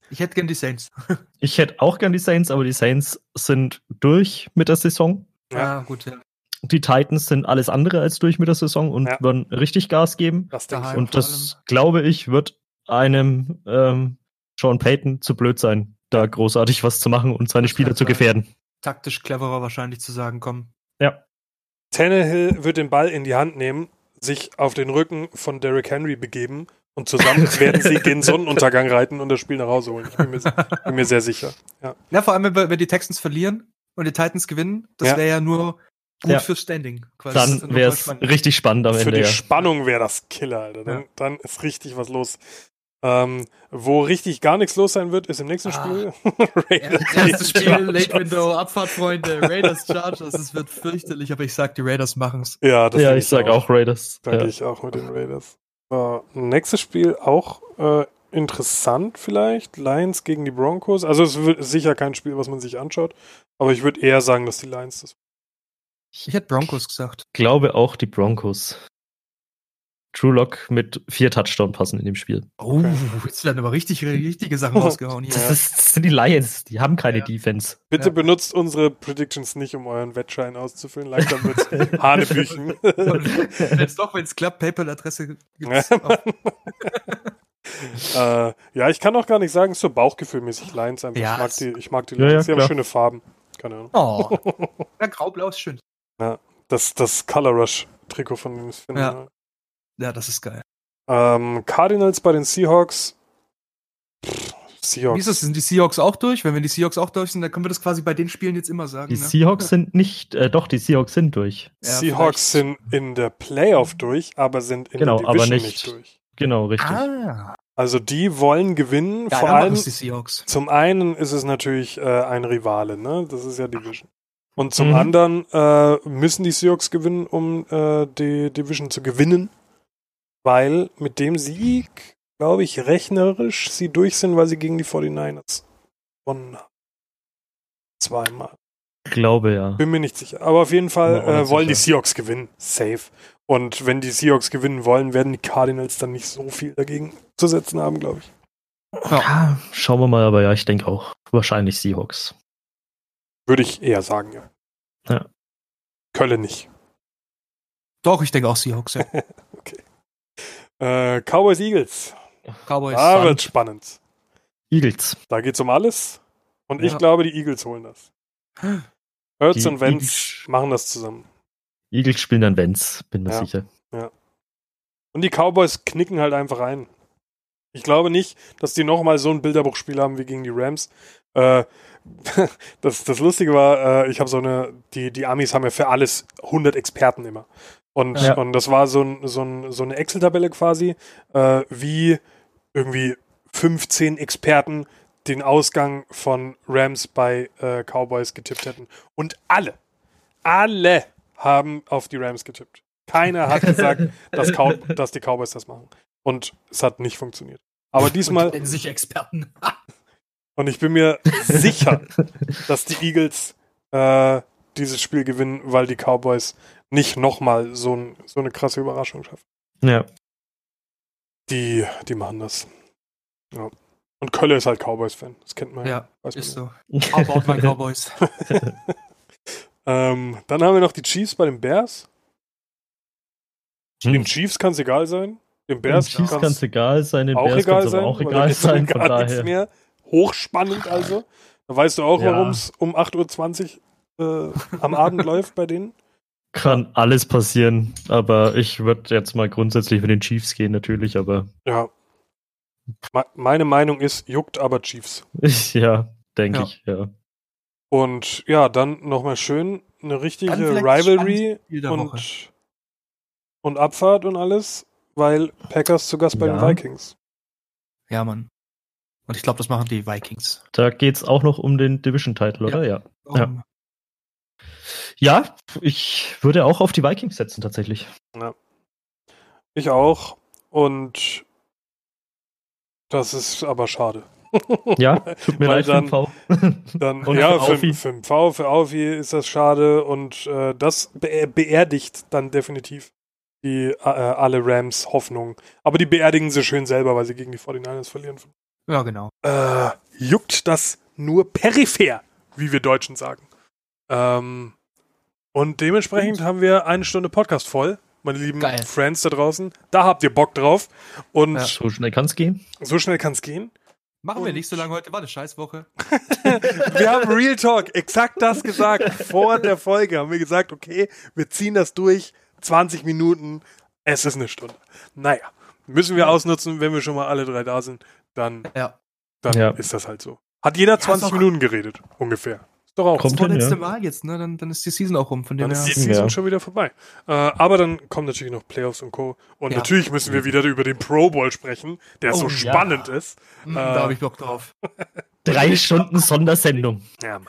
Ich hätte gern die Saints. Ich hätte auch gern die Saints, aber die Saints sind durch mit der Saison. Ja. Ja, gut, ja. Die Titans sind alles andere als durch mit der Saison und Ja. werden richtig Gas geben. Das denke ich. Daheim. auch. Und das, glaube ich, wird einem ähm, Sean Payton zu blöd sein, da großartig was zu machen und seine Das Spieler kann zu sein. gefährden. Taktisch cleverer wahrscheinlich zu sagen, komm. Tannehill wird den Ball in die Hand nehmen, sich auf den Rücken von Derrick Henry begeben und zusammen werden sie den Sonnenuntergang reiten und das Spiel nach Hause holen. Ich bin mir, bin mir sehr sicher. Na, vor allem, wenn, wir- wenn die Texans verlieren und die Titans gewinnen, das Ja. wäre ja nur gut Ja. fürs Standing. Quasi. Das ist Dann nur wäre voll es spannend. richtig spannend am Für Ende. die Ja. Spannung wäre das Killer, Alter. Dann, Ja. dann ist richtig was los. Ähm, wo richtig gar nichts los sein wird, ist im nächsten Ah. Spiel. Ja, Raiders Erstes gegen Spiel, Chargers. Late Window, Abfahrt, Freunde, Raiders, Chargers, es wird fürchterlich, aber ich sag, die Raiders machen es. Ja, das ja, denk ich sag auch Raiders. Da gehe Ja. ich auch mit den Raiders. Äh, nächstes Spiel auch äh, interessant vielleicht. Lions gegen die Broncos. Also es wird sicher kein Spiel, was man sich anschaut. Aber ich würde eher sagen, dass die Lions das. Ich hätte Broncos gesagt. glaube auch die Broncos. True Lock mit vier Touchdown-Passen in dem Spiel. Oh, Okay. Oh. jetzt werden aber richtig, richtige Sachen rausgehauen hier. Das, ist, das sind die Lions, die haben keine Ja. Defense. Bitte Ja. benutzt unsere Predictions nicht, um euren Wettschein auszufüllen. Langsam wird's Hanebüchen. Wenn es doch, wenn es klappt, PayPal-Adresse Ja, gibt's. auf- Äh, ja, ich kann auch gar nicht sagen, es ist so bauchgefühlmäßig Lions einfach. Ja, ich, mag es- die, ich mag die Ja, Lions, ja, die haben klar. schöne Farben. Keine Ahnung. Oh. ja, graublau ist schön. Das, das Color Rush Trikot von ne? dem ist Ja. Ja, das ist geil. ähm, Cardinals bei den Seahawks. Pff, Wie Seahawks. ist es? Sind die Seahawks auch durch? Wenn wir die Seahawks auch durch sind, dann können wir das quasi bei den Spielen jetzt immer sagen. Die ne? Seahawks sind nicht, äh, doch, die Seahawks sind durch. Ja, Seahawks sind in der Playoff durch, aber sind in Genau, der aber Division nicht- nicht durch. Genau, richtig. Ah. Also die wollen gewinnen, Ja, vor dann allem machen's die Seahawks. Zum einen ist es natürlich äh, ein Rivale, ne? Das ist ja Division. Und zum Mhm. anderen äh, müssen die Seahawks gewinnen, um äh, die Division zu gewinnen, weil mit dem Sieg, glaube ich, rechnerisch sie durch sind, weil sie gegen die 49ers gewonnen haben. Zweimal. Ich glaube ja. Bin mir nicht sicher. Aber auf jeden Fall Bin mir auch äh, nicht wollen die sicher. Seahawks gewinnen. Safe. Und wenn die Seahawks gewinnen wollen, werden die Cardinals dann nicht so viel dagegen zu setzen haben, glaube ich. Ah, schauen wir mal, aber ja, ich denke auch. Wahrscheinlich Seahawks. Würde ich eher sagen, ja. Ja. Köln nicht. Doch, ich denke auch Seahawks. Ja. Äh, Cowboys Eagles. Cowboys. Da spannend. wird spannend. Eagles. Da geht's um alles. Und ich Ja. glaube, die Eagles holen das. Hurts Die und Wentz Eagles. machen das zusammen. Eagles spielen dann Vents, bin mir Ja. sicher. Und die Cowboys knicken halt einfach ein. Ich glaube nicht, dass die nochmal so ein Bilderbuchspiel haben wie gegen die Rams. Äh, das, das Lustige war, äh, ich habe so eine, die, die Amis haben ja für alles 100 Experten immer. Und, Ja. und das war so, ein, so, ein, so eine Excel-Tabelle quasi, äh, wie irgendwie 15 Experten den Ausgang von Rams bei äh, Cowboys getippt hätten. Und alle, alle haben auf die Rams getippt. Keiner hat gesagt, dass, Cow dass die Cowboys das machen. Und es hat nicht funktioniert. Aber diesmal, nennen sich Experten. und ich bin mir sicher, dass die Eagles äh, dieses Spiel gewinnen, weil die Cowboys nicht nochmal so, ein, so eine krasse Überraschung schaffen. Ja. Die, die machen das. Ja. Und Kölle ist halt Cowboys-Fan. Das kennt man ja, Weiß man ist ja. so. How about my Cowboys? Ähm, dann haben wir noch die Chiefs bei den Bears. Den Hm. Chiefs kann es egal sein. Den Den Bears Chiefs kann kann es es egal sein, den auch Bears kann egal es sein. aber auch weil da egal geht's um sein, von gar nichts daher. Ah. mehr. Hochspannend also. Da weißt du auch, Ja. warum es um 8.20 Uhr äh, am Abend läuft bei denen. Kann alles passieren, aber ich würde jetzt mal grundsätzlich mit den Chiefs gehen, natürlich, aber Ja. Me meine Meinung ist, juckt aber Chiefs. ja, denke Ja. ich, ja. Und ja, dann nochmal schön eine richtige Dann vielleicht Rivalry Spiel der Woche. und, und Abfahrt und alles, weil Packers zu Gast bei den Ja. Vikings. Ja, Mann. Und ich glaube, das machen die Vikings. Da geht's auch noch um den Division-Title, oder? Ja. Ja. Um, Ja, ich würde auch auf die Vikings setzen, tatsächlich. Ich auch. Und das ist aber schade. Ja, tut mir Weil leid, dann- 5V. Dann, Und ja, für für, Aufi. für den V, für Aufi ist das schade und äh, das be beerdigt dann definitiv die äh, alle Rams Hoffnung. Aber die beerdigen sie schön selber, weil sie gegen die 49ers verlieren. Ja, genau. Äh, juckt das nur peripher, wie wir Deutschen sagen. Ähm, und dementsprechend haben wir eine Stunde Podcast voll, meine lieben Geil. Friends da draußen. Da habt ihr Bock drauf. Und Ja. so schnell kann's gehen. so schnell kann es gehen. Machen Und- wir nicht so lange heute. War eine Scheißwoche. Wir haben Real Talk, exakt das gesagt. Vor der Folge haben wir gesagt, okay, wir ziehen das durch, 20 Minuten, es ist eine Stunde. Naja, müssen wir ausnutzen, wenn wir schon mal alle drei da sind, dann, Ja. dann Ja. ist das halt so. Hat jeder ist 20 auch- Minuten geredet, ungefähr. Ist doch auch. Kommt das vorletzte hin, ja. Mal jetzt, ne? Dann, dann ist die Season auch rum. Von dem Dann ist die her. Season Ja. schon wieder vorbei. Äh, aber dann kommen natürlich noch Playoffs und Co. Und Ja. natürlich müssen wir wieder über den Pro Bowl sprechen, der Oh, so ja. spannend ist. Mm, äh, da habe ich Bock drauf. Drei Stunden Sondersendung. Ja, Mann.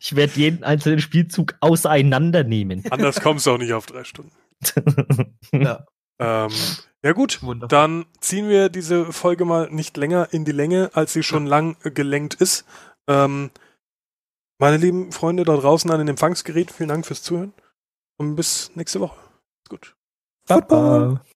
Ich werde jeden einzelnen Spielzug auseinandernehmen. Anders kommst du auch nicht auf drei Stunden. Ja. Ähm, ja gut, Wunderbar. Dann ziehen wir diese Folge mal nicht länger in die Länge, als sie schon lang äh, gelenkt ist. Ähm, meine lieben Freunde da draußen an den Empfangsgeräten, vielen Dank fürs Zuhören und bis nächste Woche. Gut. Football. Baba.